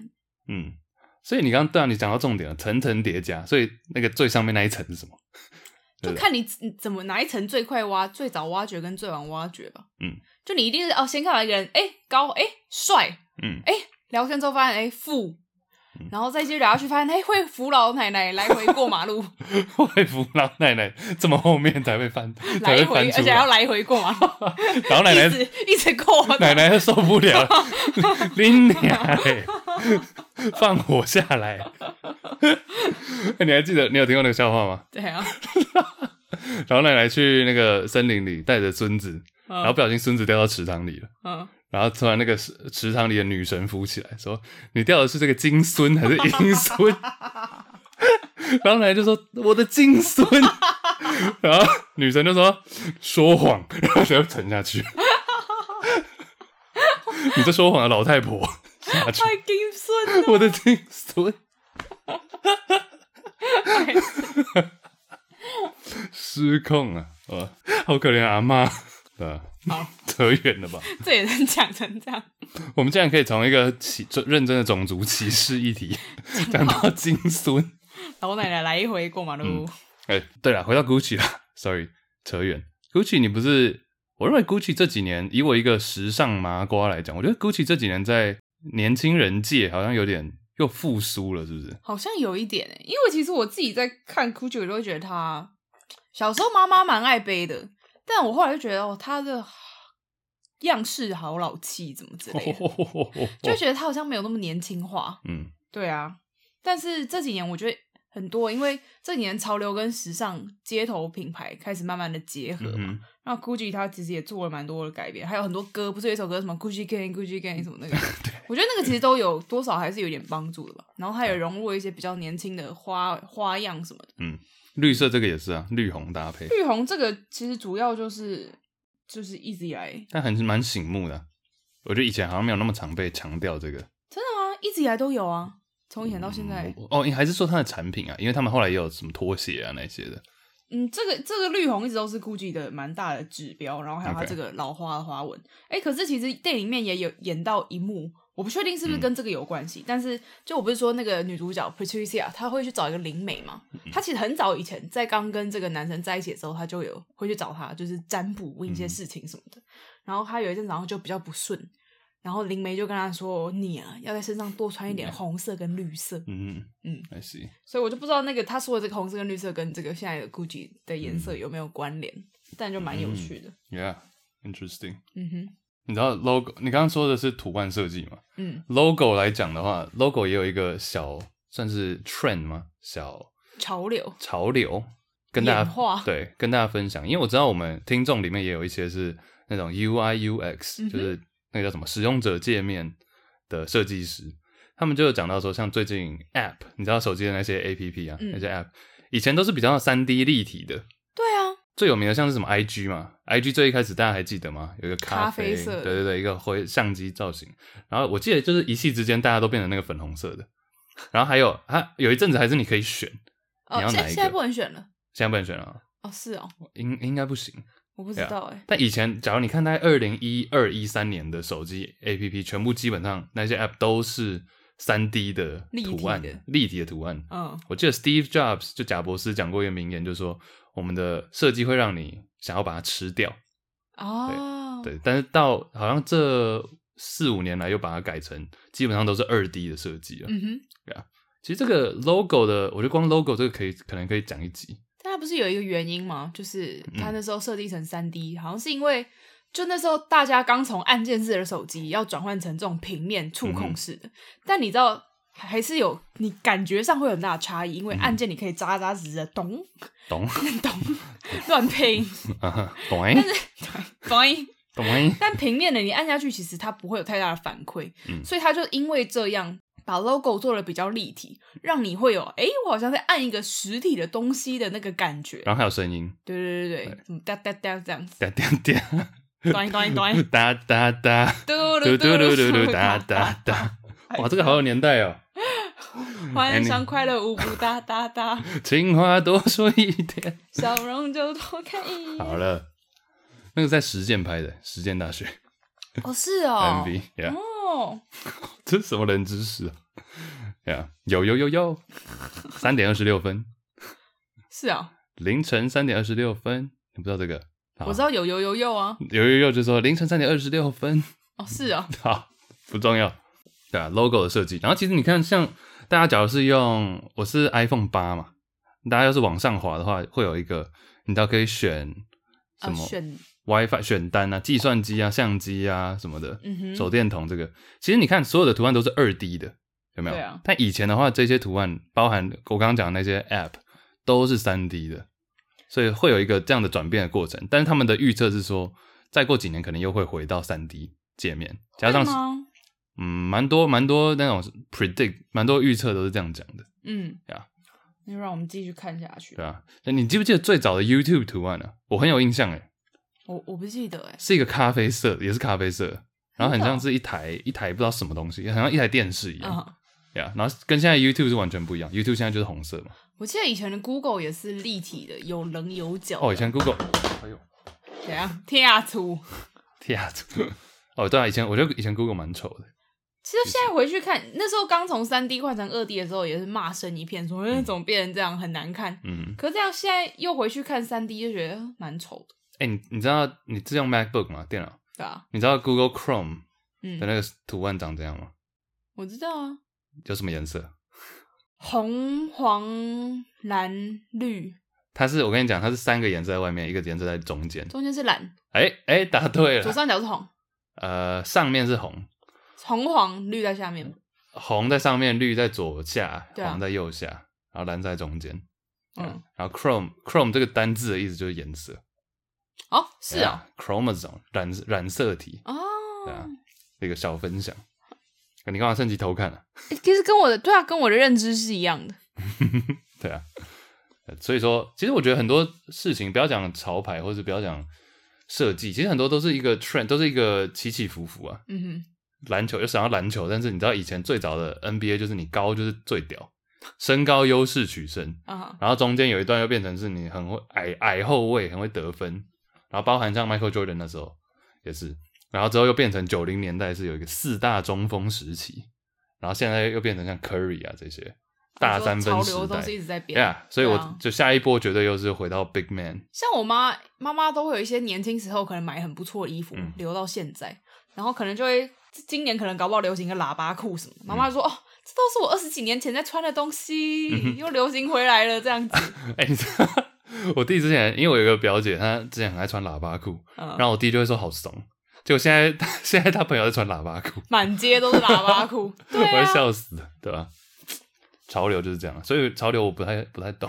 嗯，所以你刚刚对啊，你讲到重点了，层层叠加，所以那个最上面那一层是什么？ [laughs] 对
就
的
看你怎怎么哪一层最快挖、最早挖掘跟最晚挖掘吧。
嗯，
就你一定是哦，先看到一个人，哎、高，哎、帅，
嗯，
聊天之后发现，哎、富
嗯，
然后再接着聊下去，发现，哎、会扶老奶奶来回过马
[laughs]
路，
会扶老奶奶这么后面才会翻，才
来
会
回，
翻
而
出
且还要
来，
来回过
[laughs]
马路，
老奶
一
奶
直一直过。
奶奶受不
[laughs]
了，拎你啊嘞，放火下来。 [laughs] 哎你还记得你有听过那个笑话吗？
对
[laughs]
啊，
老奶奶去那个森林里带着孙子，然后
嗯
不小心孙子掉到池塘里了。
嗯，
然后突然那个池池塘里的女神浮起来说：“你掉的是这个金孙还是银孙？” [laughs] 然后奶奶就说：“我的金孙。”然后女神就说：“说谎。”然后就沉下去。 [laughs] 你这说谎的老太婆 [laughs] 下去，
太金孙了，
我的金孙 [laughs]
白痴
失控了，呃，好可怜啊阿妈。对啊，
好，
[laughs] 扯远了吧？
这也能讲成这样，
[laughs] 我们竟然可以从一个歧认真的种族歧视议
[laughs]
题讲到金孙。
老奶奶来一回过马路，
哎、对了，回到 Gucci 啦，sorry，扯远。Gucci，你不是？我认为 Gucci 这几年，以我一个时尚麻瓜来讲，我觉得 Gucci 这几年在年轻人界好像有点又复苏了，是不是？
好像有一点、欸，因为其实我自己在看 Gucci，我就会觉得他小时候妈妈蛮爱背的，但我后来就觉得哦，他的样式好老气，怎么之
[laughs]
类的，就觉得他好像没有那么年轻化。
嗯
对啊，但是这几年我觉得很多，因为这几年潮流跟时尚街头品牌开始慢慢的结合
嗯
嘛。
哼
那 Gucci 它其实也做了蛮多的改变，还有很多歌，不是有一首歌什么 Gucci Gang Gucci Gang 什么那个，我觉得那个其实都有多少还是有点帮助的吧。然后它也融入了一些比较年轻的花花样什么的。
绿色这个也是啊，绿红搭配，
绿红这个其实主要就是就是一直以来，
但还是蛮醒目的啊、我觉得以前好像没有那么常被强调这个，
真的吗？一直以来都有啊，从以前到现在。
嗯哦，你还是说它的产品啊，因为他们后来也有什么拖鞋啊那些的，
嗯，这个这个绿红一直都是 Gucci 的蛮大的指标，然后还有它
OK
这个老花的花纹。哎、可是其实电影里面也有演到一幕，我不确定
嗯
是不是跟这个有关系，但是就我不是说那个女主角 Patricia 她会去找一个灵媒嘛？
嗯
她其实很早以前在刚跟这个男生在一起的时候，她就有会去找他，就是占卜问一些
嗯
事情什么的。然后她有一阵子好像就比较不顺，然后灵媒就跟她说：“你啊，要在身上多穿一点红色跟绿色。”
嗯
嗯
，I see，
所以我就不知道那个他说的这个红色跟绿色跟这个现在的 Gucci
嗯
的颜色有没有关联，但就蛮有趣的。
，Yeah，interesting。
嗯哼，
你知道 logo，你刚刚说的是图案设计嘛
嗯
？logo 来讲的话，logo 也有一个小算是 trend 吗？小
潮流，
潮流，跟大
演化
家对跟大家分享，因为我知道我们听众里面也有一些是那种 UI UX，、
嗯哼
就是那个叫什么使用者界面的设计师，他们就有讲到说，像最近 App，你知道手机的那些 APP 啊，
嗯
那些 App 以前都是比较三 D 立体的，
对啊，
最有名的像是什么 IG 嘛，IG 最一开始大家还记得吗？有一个咖
咖啡色的
对对对，一个灰相机造型。然后我记得就是一夕之间大家都变成那个粉红色的。然后还有啊，有一阵子还是你可以选，
哦
你，要
现
哪
在
一
现在
个
不能选了，
现在不能选了啊，
哦，是哦，
应应该不行。
我不知
对啊
道哎，
但以前假如你看大概二零一二一三年的手机 APP，全部基本上那些 App 都是三 D 的
立体
图案
的
立体的图案。
嗯
我记得 Steve Jobs 就贾博士讲过一个名言，就是说我们的设计会让你想要把它吃掉。
哦，
对，但是到好像这四五年来又把它改成基本上都是二 D 的设计了。
嗯哼，
其实这个 logo 的，我觉得光 logo 这个可以可能可以讲一集。
但它不是有一个原因吗？就是
嗯
它那时候设计成三 D，、好像是因为就那时候大家刚从按键式的手机要转换成这种平面触
嗯
控式的，但你知道还是有你感觉上会有很大的差异，因
嗯
为按键你可以扎扎实实的咚
懂
咚乱配音，
啊哈，懂哎，
咚音。
懂哎，
但平面的你按下去，其实它不会有太大的反馈，
嗯
所以它就因为这样把 logo 做的比较立体，让你会有诶，我好像在按一个实体的东西的那个感觉。
然后还有声音，
对对对对，什么哒哒哒这样子，
哒哒哒，
端端端，
哒哒哒，
嘟
嘟
嘟
嘟
嘟
嘟
嘟
嘟
嘟
嘟哒哒，哒，哇，这个好有年代哦。
欢上快乐舞步哒哒哒，
情话多说一点。
笑容就多看一
好
眼。
了，那个在实践拍的，实践大学
哦，是哦，
MV，yeah，
哦，
这是什么人知识啊？yeah，有有有有，三点二十六分。
是哦，
凌晨三点二十六分，你不知道这个？好
我知道有有有有啊，
有有有就说凌晨三点二十六分， [laughs]
哦是哦，
好，不重要。对啊，logo 的设计。然后其实你看，像大家假如是用我是 iPhone 八嘛，大家要是往上滑的话，会有一个你到可以选什
啊
么、
选
WiFi 选单啊、计算机啊、相机啊什么的，
嗯哼
手电筒这个。其实你看，所有的图案都是二 D 的，有没有？
对啊
但以前的话，这些图案包含我刚刚讲的那些 App 都是三 D 的，所以会有一个这样的转变的过程。但是他们的预测是说，再过几年可能又会回到三 D 界面，加上
会吗
嗯，蛮多蛮多那种 predict，蛮多预测都是这样讲的，
嗯
呀，
那让我们继续看下去
对。啊吧、那你记不记得最早的 YouTube 图案啊？我很有印象诶，
我我不记得哎，
是一个咖啡色，也是咖啡色，然后很
真的哦
像是一台一台不知道什么东西，很像一台电视一样，
啊，
对啊，然后跟现在 YouTube 是完全不一样，YouTube 现在就是红色嘛。
我记得以前的 Google 也是立体的，有棱有角的。
哦，以前 Google，哎呦，
怎样？贴图。
天啊！哦，对啊，以前我觉得以前 Google 蛮丑的，
其实现在回去看，那时候刚从三 D 换成二 D 的时候，也是骂声一片，说哎怎么变成这样，很难看。
嗯，
可是这样现在又回去看三 D，就觉得呃蛮丑的，
哎、你你知道你是用 MacBook 吗？电脑？
对啊，
你知道 Google Chrome 的
嗯，
那个图案长怎样吗？
我知道啊，
有什么颜色？
红、黄、蓝、绿，
它是我跟你讲，它是三个颜色在外面，一个颜色在中间。
中间是蓝，
哎、哎、答对
左
了。
上角是红，
呃，上面是红，
红黄绿在下
嗯
面。
红在上面，绿在左下，
对啊
黄在右下，然后蓝在中间。
嗯，
然后 chrome chrome 这个单字的意思就是颜色，
哦，是哦，
啊，chromosome 染染色体，对啊
哦，，
这个小分享。你干嘛趁机偷看啊？
欸其实跟我的对啊，跟我的认知是一样的。
对啊，呃所以说，其实我觉得很多事情，不要讲潮牌，或者不要讲设计，其实很多都是一个 trend，都是一个起起伏伏啊。
嗯哼。
篮球又想要篮球，但是你知道以前最早的 NBA 就是你高就是最屌，身高优势取胜，
啊，
然后中间有一段又变成是你很会矮矮后卫，很会得分，然后包含像 Michael Jordan 那时候也是，然后之后又变成九零年代是有一个四大中锋时期，然后现在又变成像 Curry 啊这些大三
哦潮
分时
流都是一
代。
直在变。
Yeah，所以
对啊
我就下一波绝对又是回到 Big Man，
像我妈妈妈都会有一些年轻时候可能买很不错的衣服，
嗯
留到现在，然后可能就会今年可能搞不好流行个喇叭裤什
嗯
么的，妈妈就说、哦，这都是我二十几年前在穿的东西，
嗯
又流行回来了这样子。
哎、你知道我弟之前因为我有一个表姐，她之前很爱穿喇叭裤，
嗯
然后我弟就会说好怂，结果现在 [laughs] 他现在他朋友在穿喇叭裤，
满街都是喇
[laughs]
叭裤，对
我会
啊， [laughs]
笑死的，对吧、潮流就是这样，所以潮流我不太不太懂，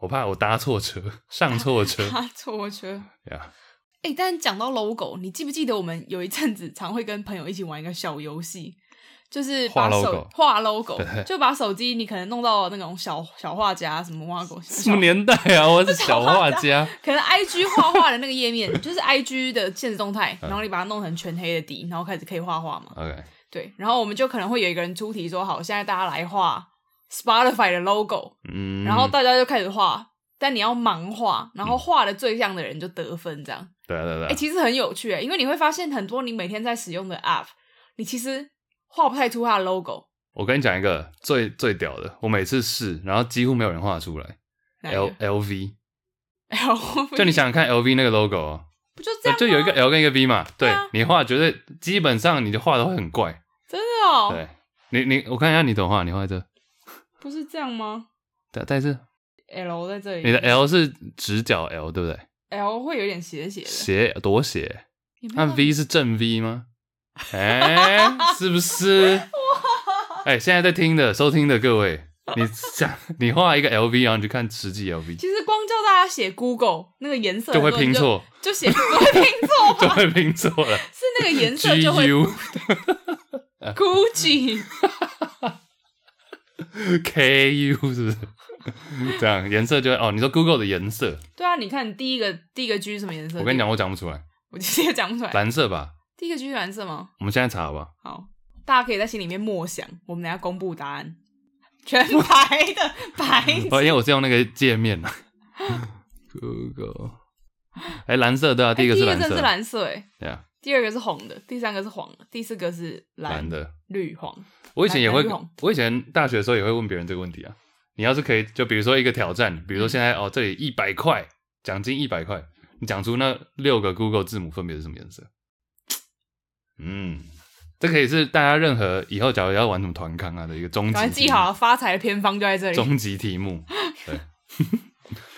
我怕我搭错车，上错
[laughs]
车
搭错车。
呀。
哎、但讲到 logo，你记不记得我们有一阵子常会跟朋友一起玩一个小游戏，就是把
画
手
logo
[laughs] 画 logo，
对
就把手机你可能弄到那种小小画家什么挖狗，
什么年代啊！我是小画
小画 [laughs]
家，
可能 I G 画画的那个页面，就是 I G 的现实动态，
嗯
然后你把它弄成全黑的底，然后开始可以画画嘛。
OK，
对，然后我们就可能会有一个人出题说，好，现在大家来画 Spotify 的 logo，
嗯，
然后大家就开始画，但你要盲画，然后画的最像的人就得分，这样。
对啊对啊对
哎、
啊，
其实很有趣、欸，因为你会发现很多你每天在使用的 app，你其实画不太出它的 logo。
我跟你讲一个最最屌的，我每次试，然后几乎没有人画出来。
哪一
L
个
L V， [laughs]
L，
就你想想看 L V 那个 logo，哦
不就这样吗？
就有一个 L 跟一个 V 嘛，对
啊
你画绝对基本上你的画的会很怪。
真的哦、
对你你我看一下你怎么画，你画这，
不是这样吗
但但是
？L 在这里，
你的 L 是直角 L 对不对？
L 会有点斜斜的，嗯
斜多斜，
你没有啊
那 V 是正 V
[laughs]
吗？哎、是不是？哎、现在在听的收听的各位，你想你画一个 L V，然后你去看实际 L V，
其实光叫大家写 Google 那个颜色的
就会
时候
拼
你
错，
就写 [laughs] 就会拼错
[laughs] 就
吧，
会拼错
[laughs]
了。
是那个颜色
G
就会
U
[laughs] Gucci，
K U 是不 [laughs] 是？这样颜色就会哦，你说 Google 的颜色，
对啊，你看你第一个第一个 G 是什么颜色？
我跟你讲，我讲不出来，
我直接讲不出来。
蓝色吧？
第一个 G 是蓝色吗？
我们现在查好不好？
好，大家可以在心里面默想，我们等一下公布答案。全白的白
哦，因为我是用那个界面
[laughs]
的 Google。哎，蓝色对啊，第一个是
哎
蓝
真的
色，
是蓝色，哎，
对啊，
第二个是红的，第三个是黄的，第四个是蓝、
蓝的。
绿、黄。
我以前也
蓝
会
蓝绿红，
我以前大学的时候也会问别人这个问题啊。你要是可以，就比如说一个挑战，比如说现在哦，这里一百块奖金一百块，你讲出那六个 Google 字母分别是什么颜色？嗯，这可以是大家任何以后假如要玩什么团康啊的一个终极
赶快
题
记
目
好，发财的偏方就在这里。
终极题目。对，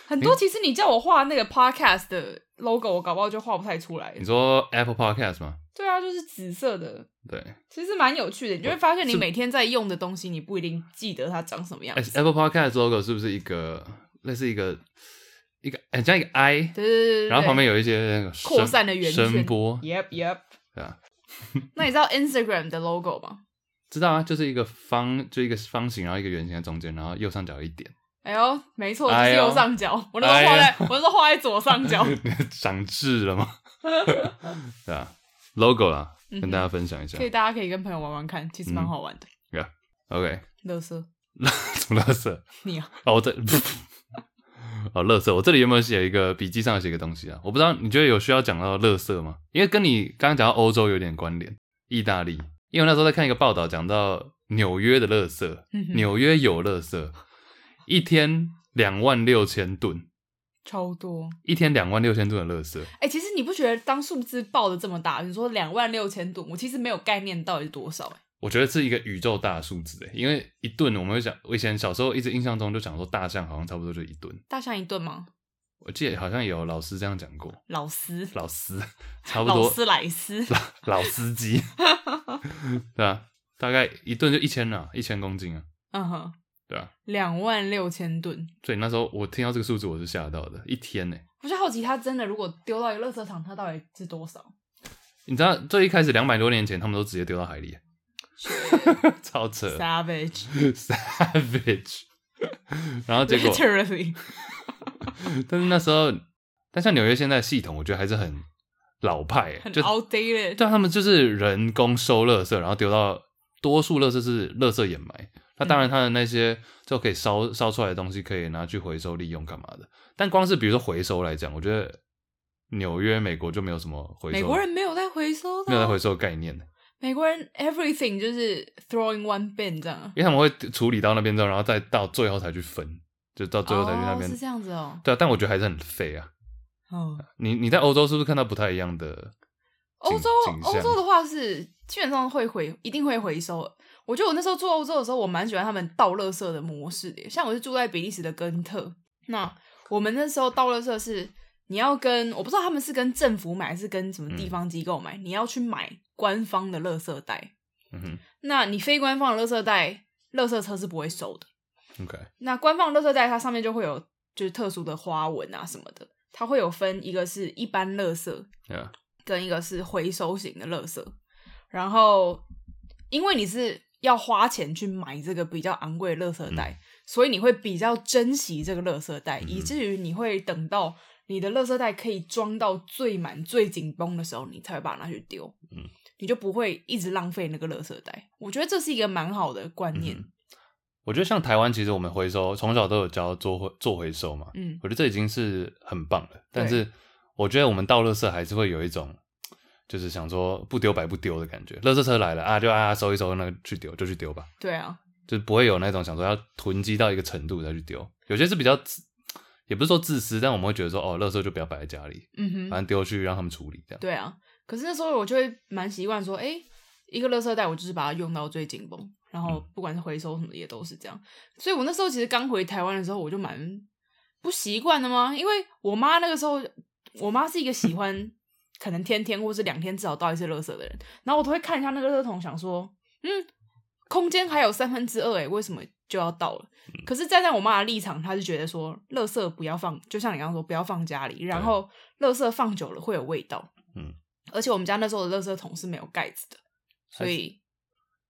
很多其实你叫我画那个 podcast 的 logo，我搞不好就画不太出来
你。说 Apple Podcast 吗？
对啊，就是紫色的，
对，
其实蛮有趣的。你就会发现，你
是
每天在用的东西，你不一定记得它长什么样
哎、
子。
a p p l e Podcast logo 是不是一个类似一个一个很像一个 I，
对对对对对
然后旁边有一些那个声
扩散的圆圈
声波，
，yep yep。
对啊。
[laughs] 那你知道 Instagram 的 logo 吗？
知道啊，就是一个方，就一个方形，然后一个圆形在中间，然后右上角一点， [laughs]
哎呦，没错，就
哎
是
呦
右上角。我那时候画在
哎，
我那时候画在左
[laughs]
上角。
长痣了吗？ [laughs] 对啊，logo 啦，
嗯哼
跟大家分享一下
可。以，大家可以跟朋友玩玩看，其实蛮好玩的。
OK， [laughs]
乐色，
什么乐色？[laughs]
你啊，
哦，我这，哦，乐色，我这里有没有写一个笔记上有写一个东西啊？我不知道，你觉得有需要讲到乐色吗？因为跟你刚刚讲到欧洲有点关联，意大利。因为我那时候在看一个报道，讲到纽约的乐色，
嗯哼
纽约有乐色，一天两万六千吨，
超多。
一天两万六千吨的乐色。
哎、其实你不觉得当数字报的这么大，你说两万六千吨，我其实没有概念到底是多少、哎，
我觉得是一个宇宙大的数字诶，欸因为一吨我们会想，我以前小时候一直印象中就想说大象好像差不多就一吨，
大象一顿吗？
我记得好像有老师这样讲过，
老斯，
老师差不
老
多
斯莱斯，
老司
[laughs]
机，对啊，大概一吨就一千啊，一千公斤啊，
嗯哼，
对啊，
两万六千吨。
所以那时候我听到这个数字我是吓到的，一天欸呢，
我就好奇，它真的如果丢到一个垃圾场，它到底是多少？
你知道最一开始两百多年前他们都直接丢到海里， [laughs] 超扯
Savage，
，savage，然后结
[laughs]
果
literally，
但是那时候，但像纽约现在的系统，我觉得还是很老派、欸，
很
就
outdated。
对他们就是人工收垃圾，然后丢到多数垃圾是垃圾掩埋。那
嗯
当然，它的那些就可以烧烧出来的东西，可以拿去回收利用干嘛的。但光是比如说回收来讲，我觉得纽约、美国就没有什么回收，
美国人没有在回收的啊，
没有在回收概念欸的，
美国人 everything 就是 throwing one bin 这样，
因为他们会处理到那边之后，然后再到最后才去分，就到最后才去那边。
哦、是这样子哦。
对啊，但我觉得还是很废啊。
嗯，
你你在欧洲是不是看到不太一样的景？
欧洲
景象
欧洲的话是基本上会回，一定会回收。我觉得我那时候住欧洲的时候，我蛮喜欢他们倒垃圾的模式的耶。像我是住在比利时的根特，那我们那时候倒垃圾是你要跟我不知道他们是跟政府买还是跟什么地方机构买，你要去买官方的垃圾袋。
嗯哼
那你非官方的垃圾袋，垃圾车是不会收的。
，OK，
那官方垃圾袋它上面就会有就是特殊的花纹啊什么的，它会有分一个是一般垃圾，
yeah，
跟一个是回收型的垃圾。然后，因为你是要花钱去买这个比较昂贵的垃圾袋，所以你会比较珍惜这个垃圾袋，
嗯
以至于你会等到你的垃圾袋可以装到最满、最紧绷的时候，你才会把它拿去丢。
嗯，
你就不会一直浪费那个垃圾袋。我觉得这是一个蛮好的观念。
我觉得像台湾，其实我们回收从小都有教做回做回收嘛，
嗯
我觉得这已经是很棒了。但是我觉得我们倒垃圾还是会有一种，就是想说不丢白不丢的感觉。垃圾车来了啊，就啊收一收，那去丢就去丢吧，
对啊，
就是不会有那种想说要囤积到一个程度再去丢。有些是比较自，也不是说自私，但我们会觉得说哦，垃圾就不要摆在家里，
嗯哼
反，正丢去让他们处理这样。
对啊，可是那时候我就会蛮习惯说，哎、一个垃圾袋我就是把它用到最紧绷，然后不管是回收什么的也都是这样。所以我那时候其实刚回台湾的时候，我就蛮不习惯的嘛，因为我妈那个时候，我妈是一个喜欢 [laughs] 可能天天或是两天至少倒一次垃圾的人，然后我都会看一下那个垃圾桶，想说，嗯，空间还有三分之二，哎，为什么就要倒了？
嗯
可是站在我妈的立场，她是觉得说，垃圾不要放，就像你刚刚说，不要放家里，然后垃圾放久了会有味道。
嗯，
而且我们家那时候的垃圾桶是没有盖子的，所以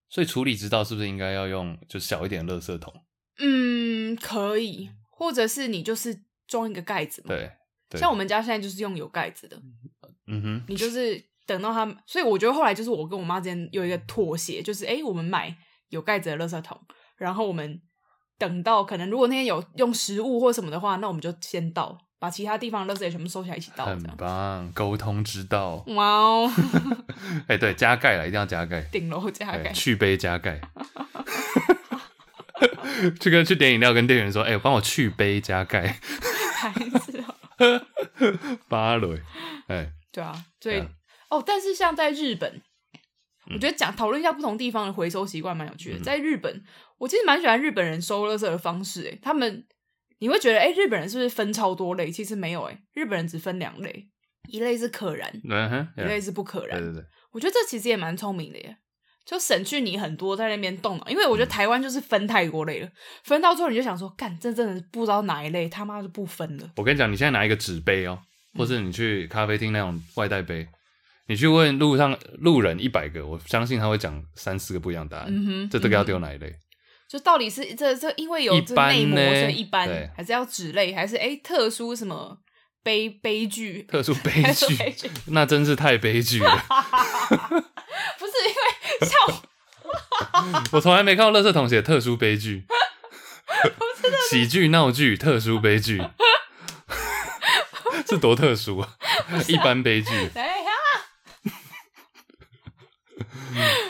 所以处理之道是不是应该要用就小一点的垃圾桶？
嗯，可以，或者是你就是装一个盖子嘛。，
对，对
嗯像我们家现在就是用有盖子的，
嗯哼，
你就是等到他们，所以我觉得后来就是我跟我妈之间有一个妥协，就是诶，我们买有盖子的垃圾桶，然后我们等到可能如果那天有用食物或什么的话，那我们就先倒，把其他地方的垃圾也全部收起来一起倒，
很
这样。
棒，沟通之道。
哇哦， [laughs]
哎、对，加盖了，一定要加盖，
顶楼加
对
[laughs] 盖，
去杯加盖。 [laughs] 去跟去点饮料，跟店员说：“哎、帮我去杯加盖， [laughs]
还是哦
芭蕾。哎，
对啊，所以、
对啊
哦，但是像在日本，
嗯
我觉得讲讨论一下不同地方的回收习惯蛮有趣的。在日本，我其实蛮喜欢日本人收垃圾的方式、欸诶，他们你会觉得，诶，日本人是不是分超多类？其实没有、诶，日本人只分两类，一类是可燃，
嗯哼，
一
yeah，
类是不可
对
燃。
对对，
我觉得这其实也蛮聪明的耶，就省去你很多在那边动脑，因为
嗯
我觉得台湾就是分太多类了，分到最后你就想说，干，这真的是不知道哪一类，他妈就不分了。
我跟你讲，你现在拿一个纸杯哦，
嗯
或是你去咖啡厅那种外带杯，你去问路上路人一百个，我相信他会讲三四个不一样的答案。
嗯哼
这这个要丢哪一类？
就到底是这这因为有
一
这
般
内膜，
呢
所以一般
对
还是要纸类，还是哎、诶特殊什么悲悲剧？
[laughs] 特殊悲
还 [laughs] 是悲
剧，
剧？
那真是太悲剧了。
不是因为像
我从来没看过垃圾桶写特殊悲剧，喜剧、闹剧、特殊悲
[laughs]
剧，是多特殊啊！一般悲剧、
哎呀，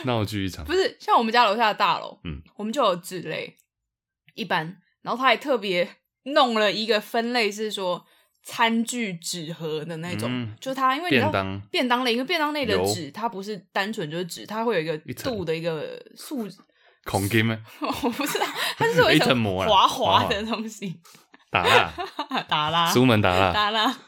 闹剧一场
不。是像我们家楼下的大楼，
嗯，
我们就有纸类一般，然后他还特别弄了一个分类，是说餐具纸盒的那种，
嗯
就是它因为你知道
便当
便当类，因为便当类的
油
纸它不是单纯就是纸，它会有一个
一层
度的一个数
恐惊吗？
[laughs] 我不知道，
[laughs]
它就是有
一
层
层膜啦
滑
滑
滑
滑
的东西，
打蜡，
打啦，
苏门打蜡，
啊打啦，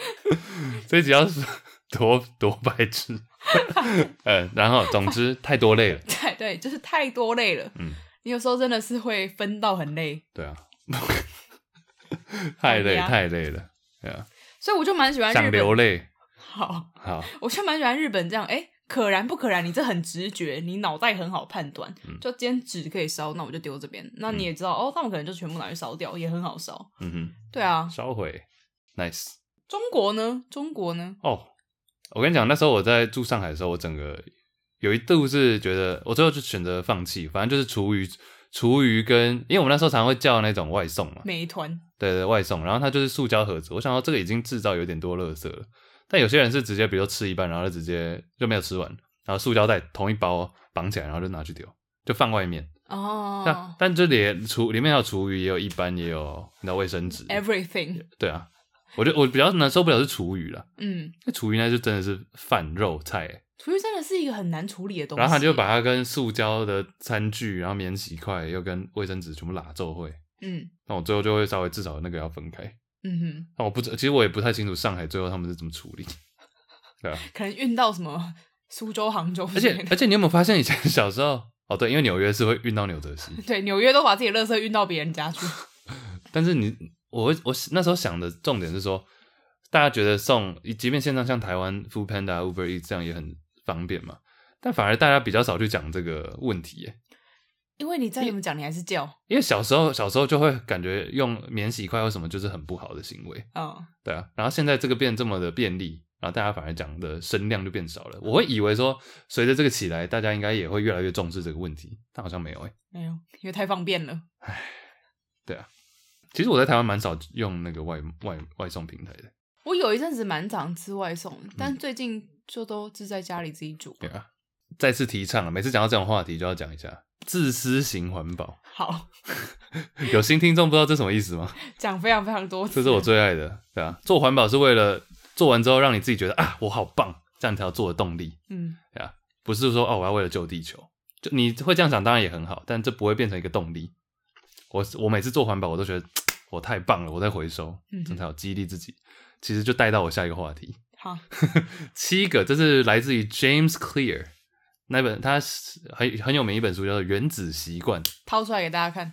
[laughs]
这一集要是多多白痴。 [laughs] 呃，然后总之太多累了，
对对，就是太多累了。
嗯，
你有时候真的是会分到很累，
对啊，太累
好呀
太累了，对啊，
所以我就蛮喜欢
想
啊日
流
本。
泪。
好，
好，
我就蛮喜欢日本这样，哎、可燃不可燃，你这很直觉，你脑袋很好判断。
嗯
就今天纸可以烧，那我就丢这边。那你也知道，哦，那我可能就全部拿去烧掉，也很好烧。
嗯
对啊
哼，，烧毁，nice。
中国呢？中国呢？
哦，我跟你讲，那时候我在住上海的时候，我整个有一度是觉得，我最后就选择放弃，反正就是厨余、厨余跟，因为我们那时候常会叫那种外送嘛，
美团，
对对，外送，然后它就是塑胶盒子，我想到这个已经制造有点多垃圾了，但有些人是直接，比如说吃一半，然后就直接就没有吃完，然后塑胶袋同一包绑起来，然后就拿去丢，就放外面。但、
哦
但这里也厨里面还有厨余，也有一般，也有你知道卫生纸， [laughs]
，everything，
对啊，我就我比较难受不了是厨余啦。
嗯，
那厨余那就真的是饭肉菜欸，
厨余真的是一个很难处理的东西。
然后他就把它跟塑胶的餐具，然后免洗筷，又跟卫生纸全部拉皱会。
嗯，
那我最后就会稍微至少那个要分开，
嗯哼，
但我不知，其实我也不太清楚上海最后他们是怎么处理。对啊，
可能运到什么苏州、杭州之
而
类的，
且而且你有没有发现以前小时候？哦，对，因为纽约是会运到纽泽西，
对纽约都把自己的垃圾运到别人家去。 [laughs]
但是你我会我那时候想的重点是说，大家觉得送，即便现在像台湾 Food Panda、Uber E 这样也很方便嘛，但反而大家比较少去讲这个问题欸耶。
因为你再怎么讲，你还是叫，
因为小时候小时候就会感觉用免洗筷或什么就是很不好的行为，
嗯，
对啊。然后现在这个变这么的便利，然后大家反而讲的声量就变少了。我会以为说，随着这个起来，大家应该也会越来越重视这个问题，但好像没有诶、欸
没有，因为太方便了。
其实我在台湾蛮少用那个外外外送平台的，
我有一阵子蛮常吃外送，但最近就都是在家里自己煮。
嗯对啊。再次提倡了，每次讲到这种话题就要讲一下自私型环保。
好，
有新听众不知道这什么意思吗？
讲非常非常多次，
这是我最爱的，对啊。做环保是为了做完之后让你自己觉得啊，我好棒，这样才有做的动力。
嗯，
不是说哦，我要为了救地球，就你会这样想，当然也很好，但这不会变成一个动力。我我每次做环保，我都觉得我太棒了，我在回收，
嗯哼
这样才有激励自己。其实就带到我下一个话题，
好，
七个，这是来自于 James Clear 那本他是很很有名一本书，叫做《原子习惯》，
掏出来给大家看，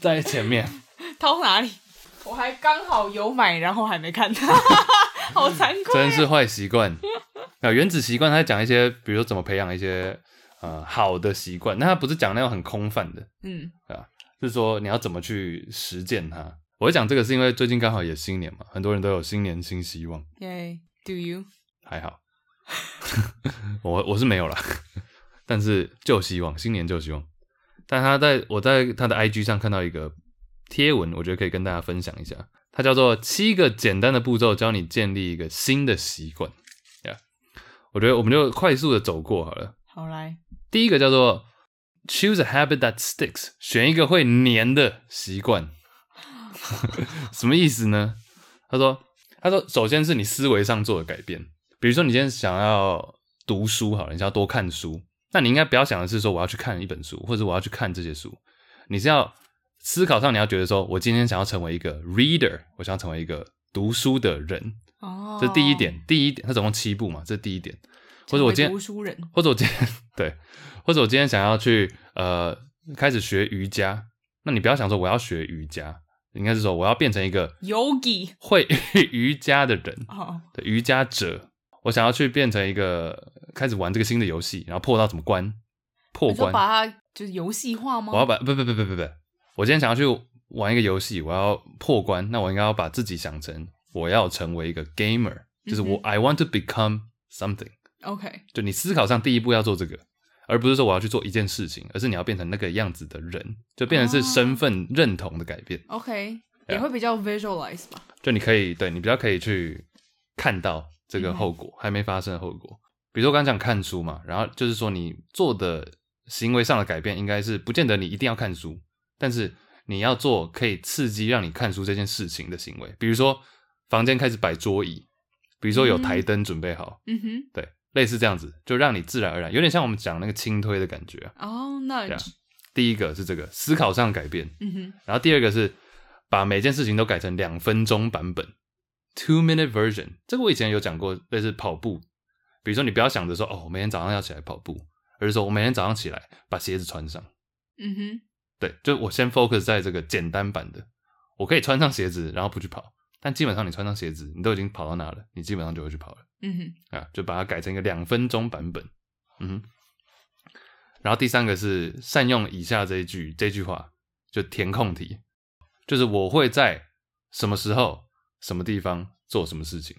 在前面。
[laughs] 掏哪里？我还刚好有买，然后还没看， [laughs] 好惭愧
真。是坏习惯。啊，原子习惯，他讲一些，比如说怎么培养一些呃好的习惯，那他不是讲那种很空泛的，
嗯
是说你要怎么去实践它。我会讲这个是因为最近刚好也新年嘛，很多人都有新年新希望，
耶 d o you？
还好， [laughs] 我我是没有啦， [laughs] 但是旧希望，新年旧希望。但他在我在他的 IG 上看到一个贴文，我觉得可以跟大家分享一下，它叫做“七个简单的步骤教你建立一个新的习惯”。呀，我觉得我们就快速的走过好了。
好来，
第一个叫做 “choose a habit that sticks”，选一个会粘的习惯。 [laughs] 什么意思呢？他说，他说，首先是你思维上做的改变，比如说你今天想要读书，好了，你想要多看书，那你应该不要想的是说我要去看一本书，或者我要去看这些书，你是要思考上你要觉得说，我今天想要成为一个 reader，我想要成为一个读书的人，
哦，
这是第一点，第一点，它总共七步嘛，这是第一点。或者我今
成
天
为读书人，
或者我今天 [laughs] 对，或者我今天想要去呃开始学瑜伽，那你不要想说我要学瑜伽，应该是说我要变成一个
Yogi
会 [laughs] 瑜伽的人，
哦，
对瑜伽者。我想要去变成一个开始玩这个新的游戏，然后破到怎么关，破
你说
关。
把它就是游戏化吗？
我要把不不不不不不，我今天想要去玩一个游戏，我要破关，那我应该要把自己想成我要成为一个 gamer，就是
嗯
我、I want to become something。
OK，
就你思考上第一步要做这个，而不是说我要去做一件事情，而是你要变成那个样子的人，就变成是身份认同的改变。
OK，
对啊
也会比较 visualize 吧。
就你可以对你比较可以去看到这个后果、还没发生的后果。比如说我刚刚讲看书嘛，然后就是说你做的行为上的改变，应该是不见得你一定要看书，但是你要做可以刺激让你看书这件事情的行为。比如说房间开始摆桌椅，比如说有台灯准备好，
嗯哼，
对，类似这样子，就让你自然而然，有点像我们讲那个轻推的感觉啊、
哦、
对啊
nudge，，
第一个是这个思考上改变，
嗯哼，
然后第二个是把每件事情都改成两分钟版本 （two minute version）。这个我以前有讲过，类似跑步，比如说你不要想着说哦，我每天早上要起来跑步，而是说我每天早上起来把鞋子穿上。
嗯哼，
对，就我先 focus 在这个简单版的，我可以穿上鞋子，然后不去跑。但基本上你穿上鞋子，你都已经跑到哪了，你基本上就会去跑了。
嗯哼，
啊，就把它改成一个两分钟版本。嗯哼，然后第三个是善用以下这一句这句话，就填空题，就是我会在什么时候、什么地方做什么事情，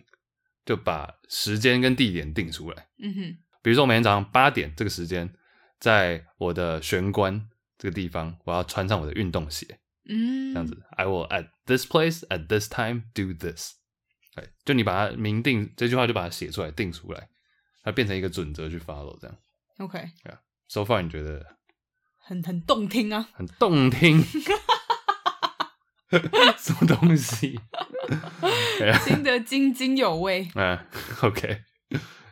就把时间跟地点定出来。
嗯哼，
比如说，我每天早上八点这个时间，在我的玄关这个地方，我要穿上我的运动鞋。
嗯，
这样子、i will at this place at this time do this。对，就你把它明定这句话，就把它写出来、定出来，它变成一个准则去 follow。这样
OK，
，so far 你觉得
很很动听啊，
[laughs] 很动听？什么东西？对啊
听得津津有味。
嗯，OK，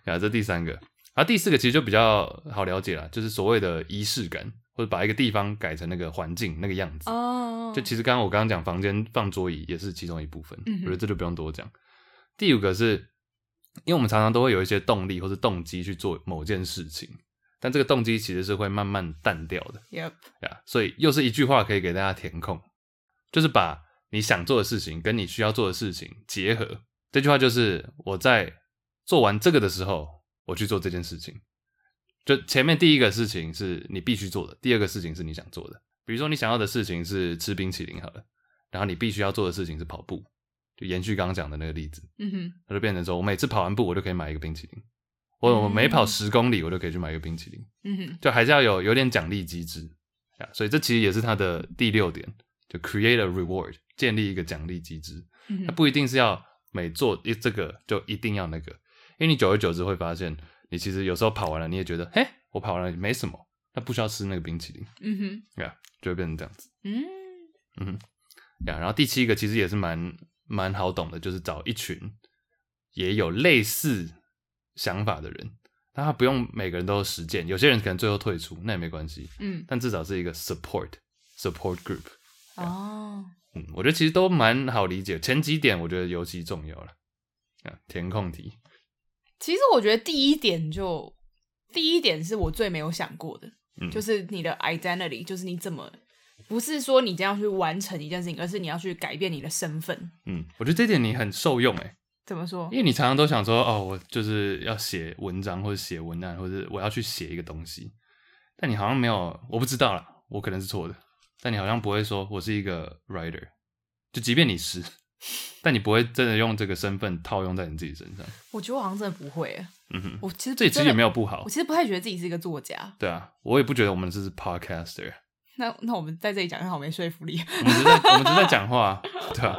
啊，这第三个，啊，第四个其实就比较好了解了，就是所谓的仪式感，或者把一个地方改成那个环境那个样子。
哦，哦，
就其实刚刚我刚刚讲房间放桌椅也是其中一部分，
嗯哼
我觉得这就不用多讲。第五个是，因为我们常常都会有一些动力或是动机去做某件事情，但这个动机其实是会慢慢淡掉的
yep，
呀。所以又是一句话可以给大家填空，就是把你想做的事情跟你需要做的事情结合。这句话就是我在做完这个的时候，我去做这件事情。就前面第一个事情是你必须做的，第二个事情是你想做的。比如说你想要的事情是吃冰淇淋好了，然后你必须要做的事情是跑步，就延续刚刚讲的那个例子，
嗯哼，
那就变成说我每次跑完步我就可以买一个冰淇淋，或者我每跑十公里我就可以去买一个冰淇淋，
嗯哼，
就还是要有有点奖励机制啊。所以这其实也是它的第六点，就 create a reward，建立一个奖励机制。
嗯
它
哼，
啊不一定是要每做一这个就一定要那个，因为你久而久之会发现，你其实有时候跑完了，你也觉得，嘿，我跑完了没什么，那不需要吃那个冰淇淋，
嗯哼，
就会变成这样子
嗯，
呀。然后第七个其实也是蛮蛮好懂的，就是找一群也有类似想法的人，那他不用每个人都实践，有些人可能最后退出，那也没关系，
嗯，
但至少是一个 support support group。
哦，
嗯，我觉得其实都蛮好理解，前几点我觉得尤其重要了。啊，填空题，
其实我觉得第一点就第一点是我最没有想过的，
嗯
就是你的 identity，就是你怎么不是说你这样去完成一件事情，而是你要去改变你的身份。
嗯，我觉得这点你很受用哎，
怎么说
因？为你常常都想说，哦，我就是要写文章或者写文案，或者我要去写一个东西，但你好像没有，我不知道啦，我可能是错的，但你好像不会说我是一个 writer，就即便你是， [laughs] 但你不会真的用这个身份套用在你自己身上，
我觉得我好像真的不会耶，
嗯哼，
我其实
这其实也没
有，
有不好
我，其实不太觉得自己是一个作家。
对啊，我也不觉得我们是 podcaster，
那那我们在这里讲，好没说服力，
我们只是在我们只是在讲话啊，对啊，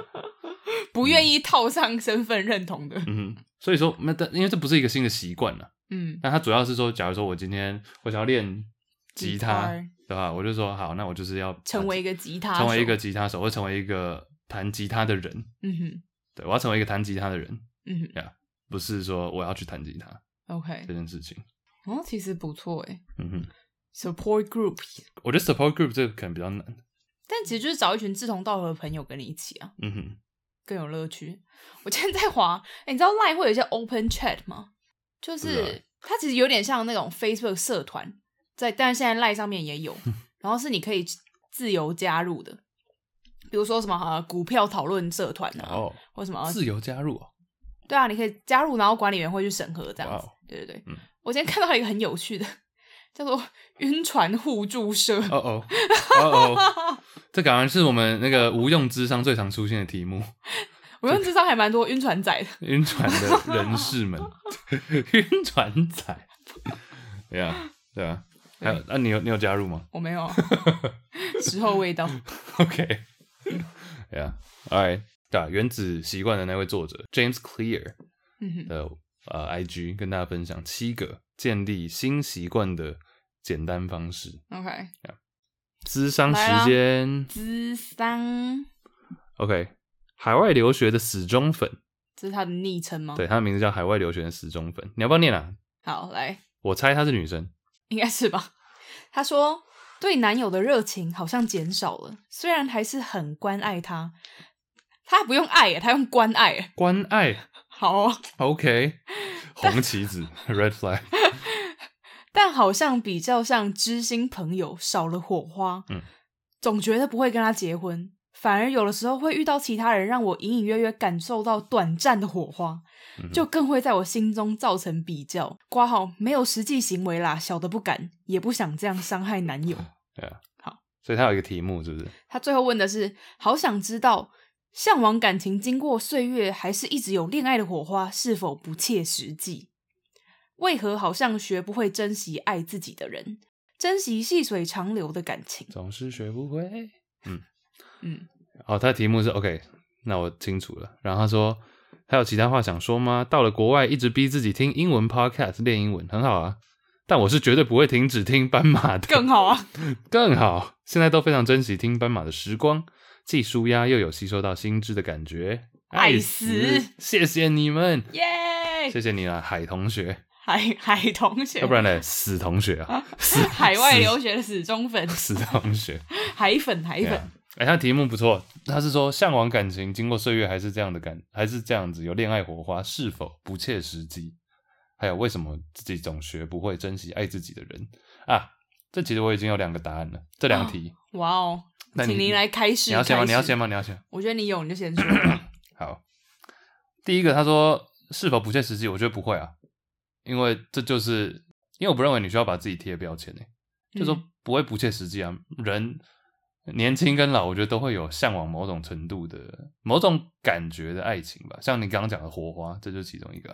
不愿意套上身份认同的。
嗯哼，所以说那但因为这不是一个新的习惯了。
嗯，
那他主要是说，假如说我今天我想要练吉他
吉，
对吧？我就说好，那我就是要
成为一个吉他手，
成为一个吉他手，或成为一个弹吉他的人。
嗯哼，
对，我要成为一个弹吉他的人，
嗯哼
不是说我要去弹吉他
，OK，
这件事情。
哦，其实不错哎
嗯哼，
，support group，
我觉得 support group 这个可能比较难。
但其实就是找一群志同道合的朋友跟你一起啊。
嗯哼，
更有乐趣。我今天在滑，哎、你知道 Line 会有一些 Open Chat 吗？就
不知道欸
是它其实有点像那种 Facebook 社团，在但是现在 Line 上面也有，然后是你可以自由加入的，比如说什么、呃、股票讨论社团啊，
哦，
或什么
自由加入哦，
对啊，你可以加入，然后管理员会去审核这样子
哇哦。
对对对，
嗯
我今天看到一个很有趣的，叫做晕船互助社。
哦哦哦哦， [laughs] 这感觉是我们那个无用智商最常出现的题目，
我用智商还蛮多晕船仔的，
晕船的人士们，晕船仔，对啊，对啊。还有，那、你有你有加入吗？ [laughs]
我没有，时候未到。
OK，yeah，all right，对啊，《原子习惯》的那位作者 James Clear
嗯哼，
的呃 IG 跟大家分享七个建立新习惯的简单方式。
OK，
咨商
来啦
时间
智商，
，OK，海外留学的死忠粉，
这是他的昵称吗？，
对，他的名字叫海外留学的死忠粉，你要不要念啊？
好，来，
我猜她是女生，
应该是吧。 [laughs] 他说，对男友的热情好像减少了，虽然还是很关爱他。他不用爱耶，他用关爱耶。
关爱
好哦、 [laughs]
，OK，红旗子，Red flag，
但好像比较像知心朋友，少了火花。
嗯，
总觉得不会跟他结婚，反而有的时候会遇到其他人，让我隐隐约约感受到短暂的火花，就更会在我心中造成比较。挂号没有实际行为啦，小的不敢，也不想这样伤害男友。
所以她有一个题目，是不是？
他最后问的是：好想知道，向往感情经过岁月，还是一直有恋爱的火花，是否不切实际？为何好像学不会珍惜爱自己的人，珍惜细水长流的感情？
总是学不会。嗯
嗯，
哦，他的题目是 OK，那我清楚了。然后他说还有其他话想说吗？到了国外一直逼自己听英文 podcast 练英文，很好啊。但我是绝对不会停止听斑马的，
更好啊！
更好。现在都非常珍惜听斑马的时光，既舒压又有吸收到新知的感觉，
爱
死
死！
谢谢你们，
耶、
谢谢你啊，海同学，
海海同学，
要
[laughs]
不然呢，死同学啊，死
海外留学的死忠粉、
[laughs] 死同学。
海粉、海粉
Yeah，哎、他题目不错，他是说向往感情，经过岁月还是这样的感，还是这样子有恋爱火花，是否不切实际？还有为什么自己总学不会珍惜爱自己的人啊？这其实我已经有两个答案了，这两题，
哇哦，
那
请
你
您来开始。
你要先吗？
开始
你要先？吗？你要先？
我觉得你有，你就先说。
[clears throat] 好，第一个他说是否不切实际，我觉得不会啊，因为这就是因为我不认为你需要把自己贴标签诶、欸就说
嗯
不会不切实际啊。人年轻跟老，我觉得都会有向往某种程度的某种感觉的爱情吧。像你刚刚讲的火花，这就是其中一个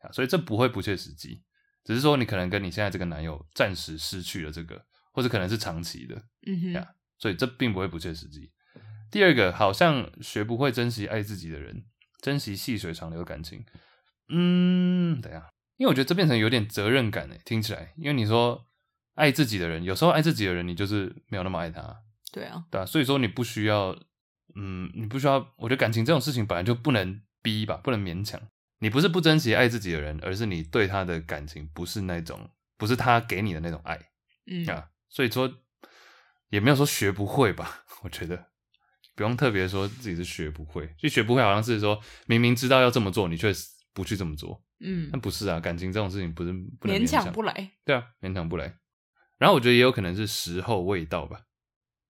啊。所以这不会不切实际，只是说你可能跟你现在这个男友暂时失去了这个，或者可能是长期的，
嗯哼
呀所以这并不会不切实际。第二个，好像学不会珍惜爱自己的人，珍惜细水长流的感情。嗯，等一下，因为我觉得这变成有点责任感诶，听起来，因为你说爱自己的人，有时候爱自己的人，你就是没有那么爱他，
对啊，
对吧、所以说你不需要，嗯，你不需要。我觉得感情这种事情本来就不能逼吧，不能勉强。你不是不珍惜爱自己的人，而是你对他的感情不是那种，不是他给你的那种爱。
嗯，
啊，所以说也没有说学不会吧， [laughs] 我觉得不用特别说自己是学不会，就学不会好像是说明明知道要这么做，你却不去这么做，
嗯
但，不是啊，感情这种事情不是不能
勉
强
强不来，
对啊，勉强不来。然后我觉得也有可能是时候未到吧，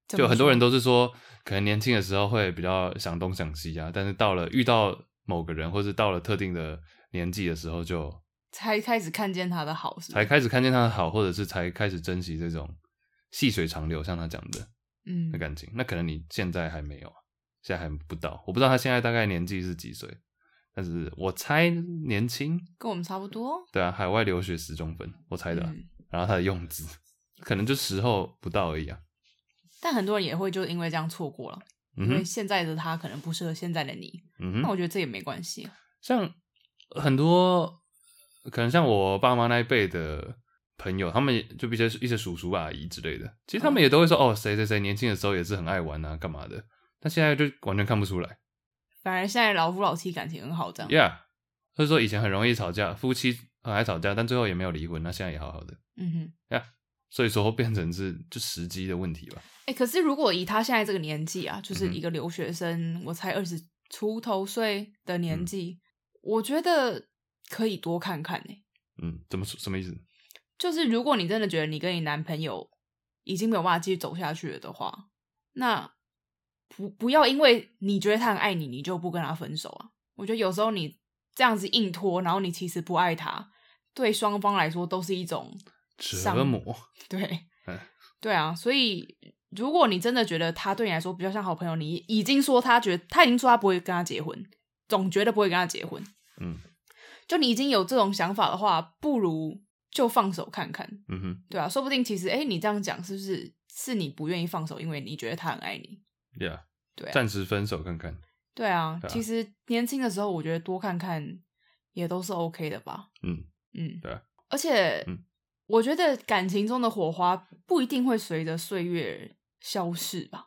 怎
就
么
很多
说
人都是说，可能年轻的时候会比较想东想西啊，但是到了遇到某个人，或是到了特定的年纪的时候就，
才开始看见他的好，是不
才
是
开始看见他的好，或者是才开始珍惜这种细水长流，像他讲的，
嗯
的感情。那可能你现在还没有，啊现在还不到，我不知道他现在大概年纪是几岁，但是我猜年轻，
跟我们差不多，
对啊，海外留学十中分，我猜的啊、
嗯
然后他的用字可能就时候不到而已啊。
但很多人也会就因为这样错过了，
嗯
因为
哼，
现在的他可能不适合现在的你。
嗯
那
哼，
我觉得这也没关系，
像很多可能像我爸妈那一辈的。朋友，他们也就一些一些叔叔阿姨之类的，其实他
嗯
们也都会说，哦，谁谁谁年轻的时候也是很爱玩啊，干嘛的。但现在就完全看不出来，
反而现在老夫老妻感情很好，这样
Yeah，所以说以前很容易吵架，夫妻很爱吵架，但最后也没有离婚，那现在也好好的。
嗯哼。
所以说变成是就时机的问题吧。
哎、可是如果以他现在这个年纪啊，就
嗯
是
哼
一个留学生，我才二十出头岁的
嗯
年纪，我觉得可以多看看欸呢、
嗯，怎么说什么意思？
就是如果你真的觉得你跟你男朋友已经没有办法继续走下去了的话，那不不要因为你觉得他很爱你，你就不跟他分手啊。我觉得有时候你这样子硬拖，然后你其实不爱他，对双方来说都是一种
折
伤
磨。
对
嗯，
对啊，所以如果你真的觉得他对你来说比较像好朋友，你已经说他觉得他已经说他不会跟他结婚，总觉得不会跟他结婚，
嗯
就你已经有这种想法的话，不如就放手看看，
嗯哼
对啊，说不定其实哎、诶你这样讲是不是是你不愿意放手，因为你觉得他很爱你，
，Yeah，
对啊，
暂时分手看看。
对啊，
对啊
其实年轻的时候我觉得多看看也都是 OK 的吧，
嗯
嗯，
对啊，
而且、
嗯
我觉得感情中的火花不一定会随着岁月消逝吧，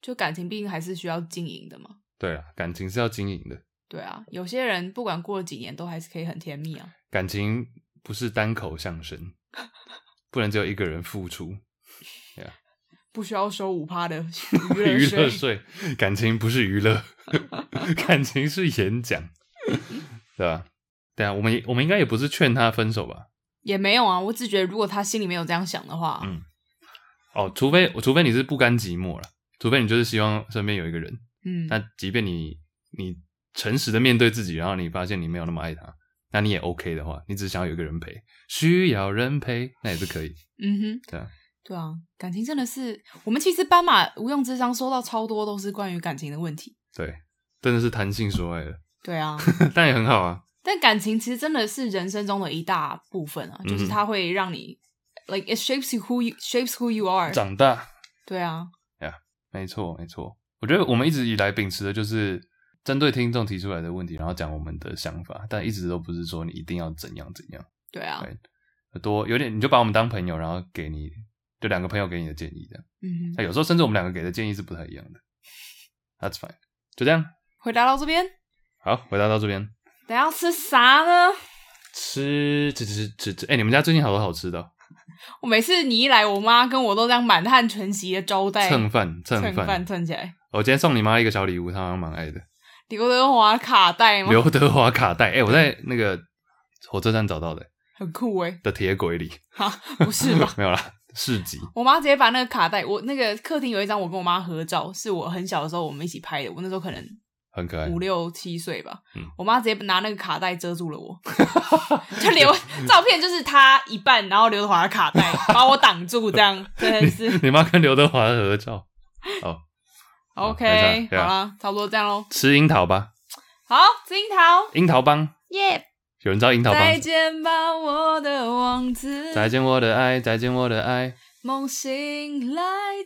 就感情毕竟还是需要经营的嘛。
对啊，感情是要经营的，
对啊，有些人不管过了几年都还是可以很甜蜜啊。
感情不是单口相声，不能只有一个人付出。
不需要收
[laughs]
五趴的娱乐
娱乐
税，
税，感情不是娱
[laughs]
乐，感情是演讲，对吧、对啊，我们也我们应该也不是劝他分手吧？
也没有啊。我只觉得，如果他心里没有这样想的话，
嗯哦，除非除非你是不甘寂寞了，除非你就是希望身边有一个人。
嗯，
那即便你你诚实的面对自己，然后你发现你没有那么爱他，那你也 OK 的话，你只想要有一个人陪，需要人陪，那也是可以。
嗯哼，
对啊，
对啊，感情真的是我们其实斑马无用之商收到超多都是关于感情的问题。
对，真的是弹性说爱了， [laughs]
对啊，
但也很好啊。
但感情其实真的是人生中的一大部分啊，
嗯
就是它会让你、like it shapes you who you shapes who you are。
长大，
对啊，
没错没错。我觉得我们一直以来秉持的就是针对听众提出来的问题，然后讲我们的想法，但一直都不是说你一定要怎样怎样。
对啊，
对多有点，你就把我们当朋友，然后给你就两个朋友给你的建议这样。
嗯哼，
哎那有时候甚至我们两个给的建议是不太一样的。That's fine，就这样。
回答到这边，
好，回答到这边，
等一下要吃啥呢？
吃吃吃吃吃，哎、你们家最近好多好吃的哦、
我每次你一来，我妈跟我都这样满汉全席的招待，
蹭饭蹭
蹭
饭
饭。蹭起来。
我今天送你妈一个小礼物，她好像蛮爱的，
刘德华卡带吗？
刘德华卡带。哎、我在那个火车站找到的，
很酷诶、欸，
的铁轨里，
哈，不是吧？
没有啦，市集。
我妈直接把那个卡带，我那个客厅有一张我跟我妈合照，是我很小的时候我们一起拍的，我那时候可能
很可爱，
五六七岁吧，
嗯
我妈直接拿那个卡带遮住
[laughs]
了我，就刘
嗯
照片就是她一半，然后刘德华的卡
[laughs]
带把我挡住，这样真的是
[laughs] 你你妈跟刘德华的合照，没
OK，
事
好
对啊
啦，差不多这样喽。
吃樱桃吧，
好，吃樱桃，
樱桃帮，
耶！
有人知道樱桃帮？
再见吧，我的王子，
再见我的爱，再见我的爱，
梦醒来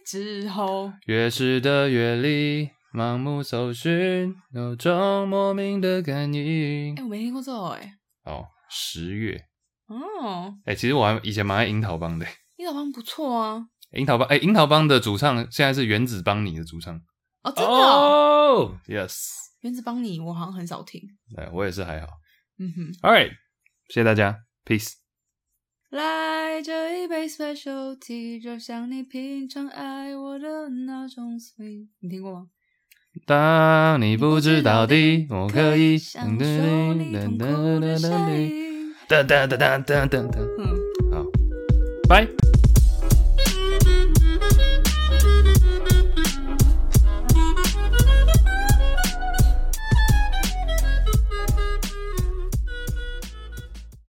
之后，
越是的阅历，盲目搜寻，有种莫名的感应
哎、。我没听过这首哎、
哦，十月，
哦，
哎、其实我还以前蛮爱樱桃帮的。 [laughs]
樱桃帮不错啊，
樱桃帮，哎、樱桃帮的主唱现在是原子帮你的主唱。
哦，真的哦、
哦、，yes，
原子帮你，我好像很少听，
哎，我也是还好。
嗯哼。
All right，谢谢大家，peace。
来这一杯 special tea，就像你平常爱我的那种 sweet。你听过吗？
当你
不
不
知
知道
道的
的，我可以
享受你痛苦的声音。
哒哒哒哒哒哒哒，
嗯。
拜。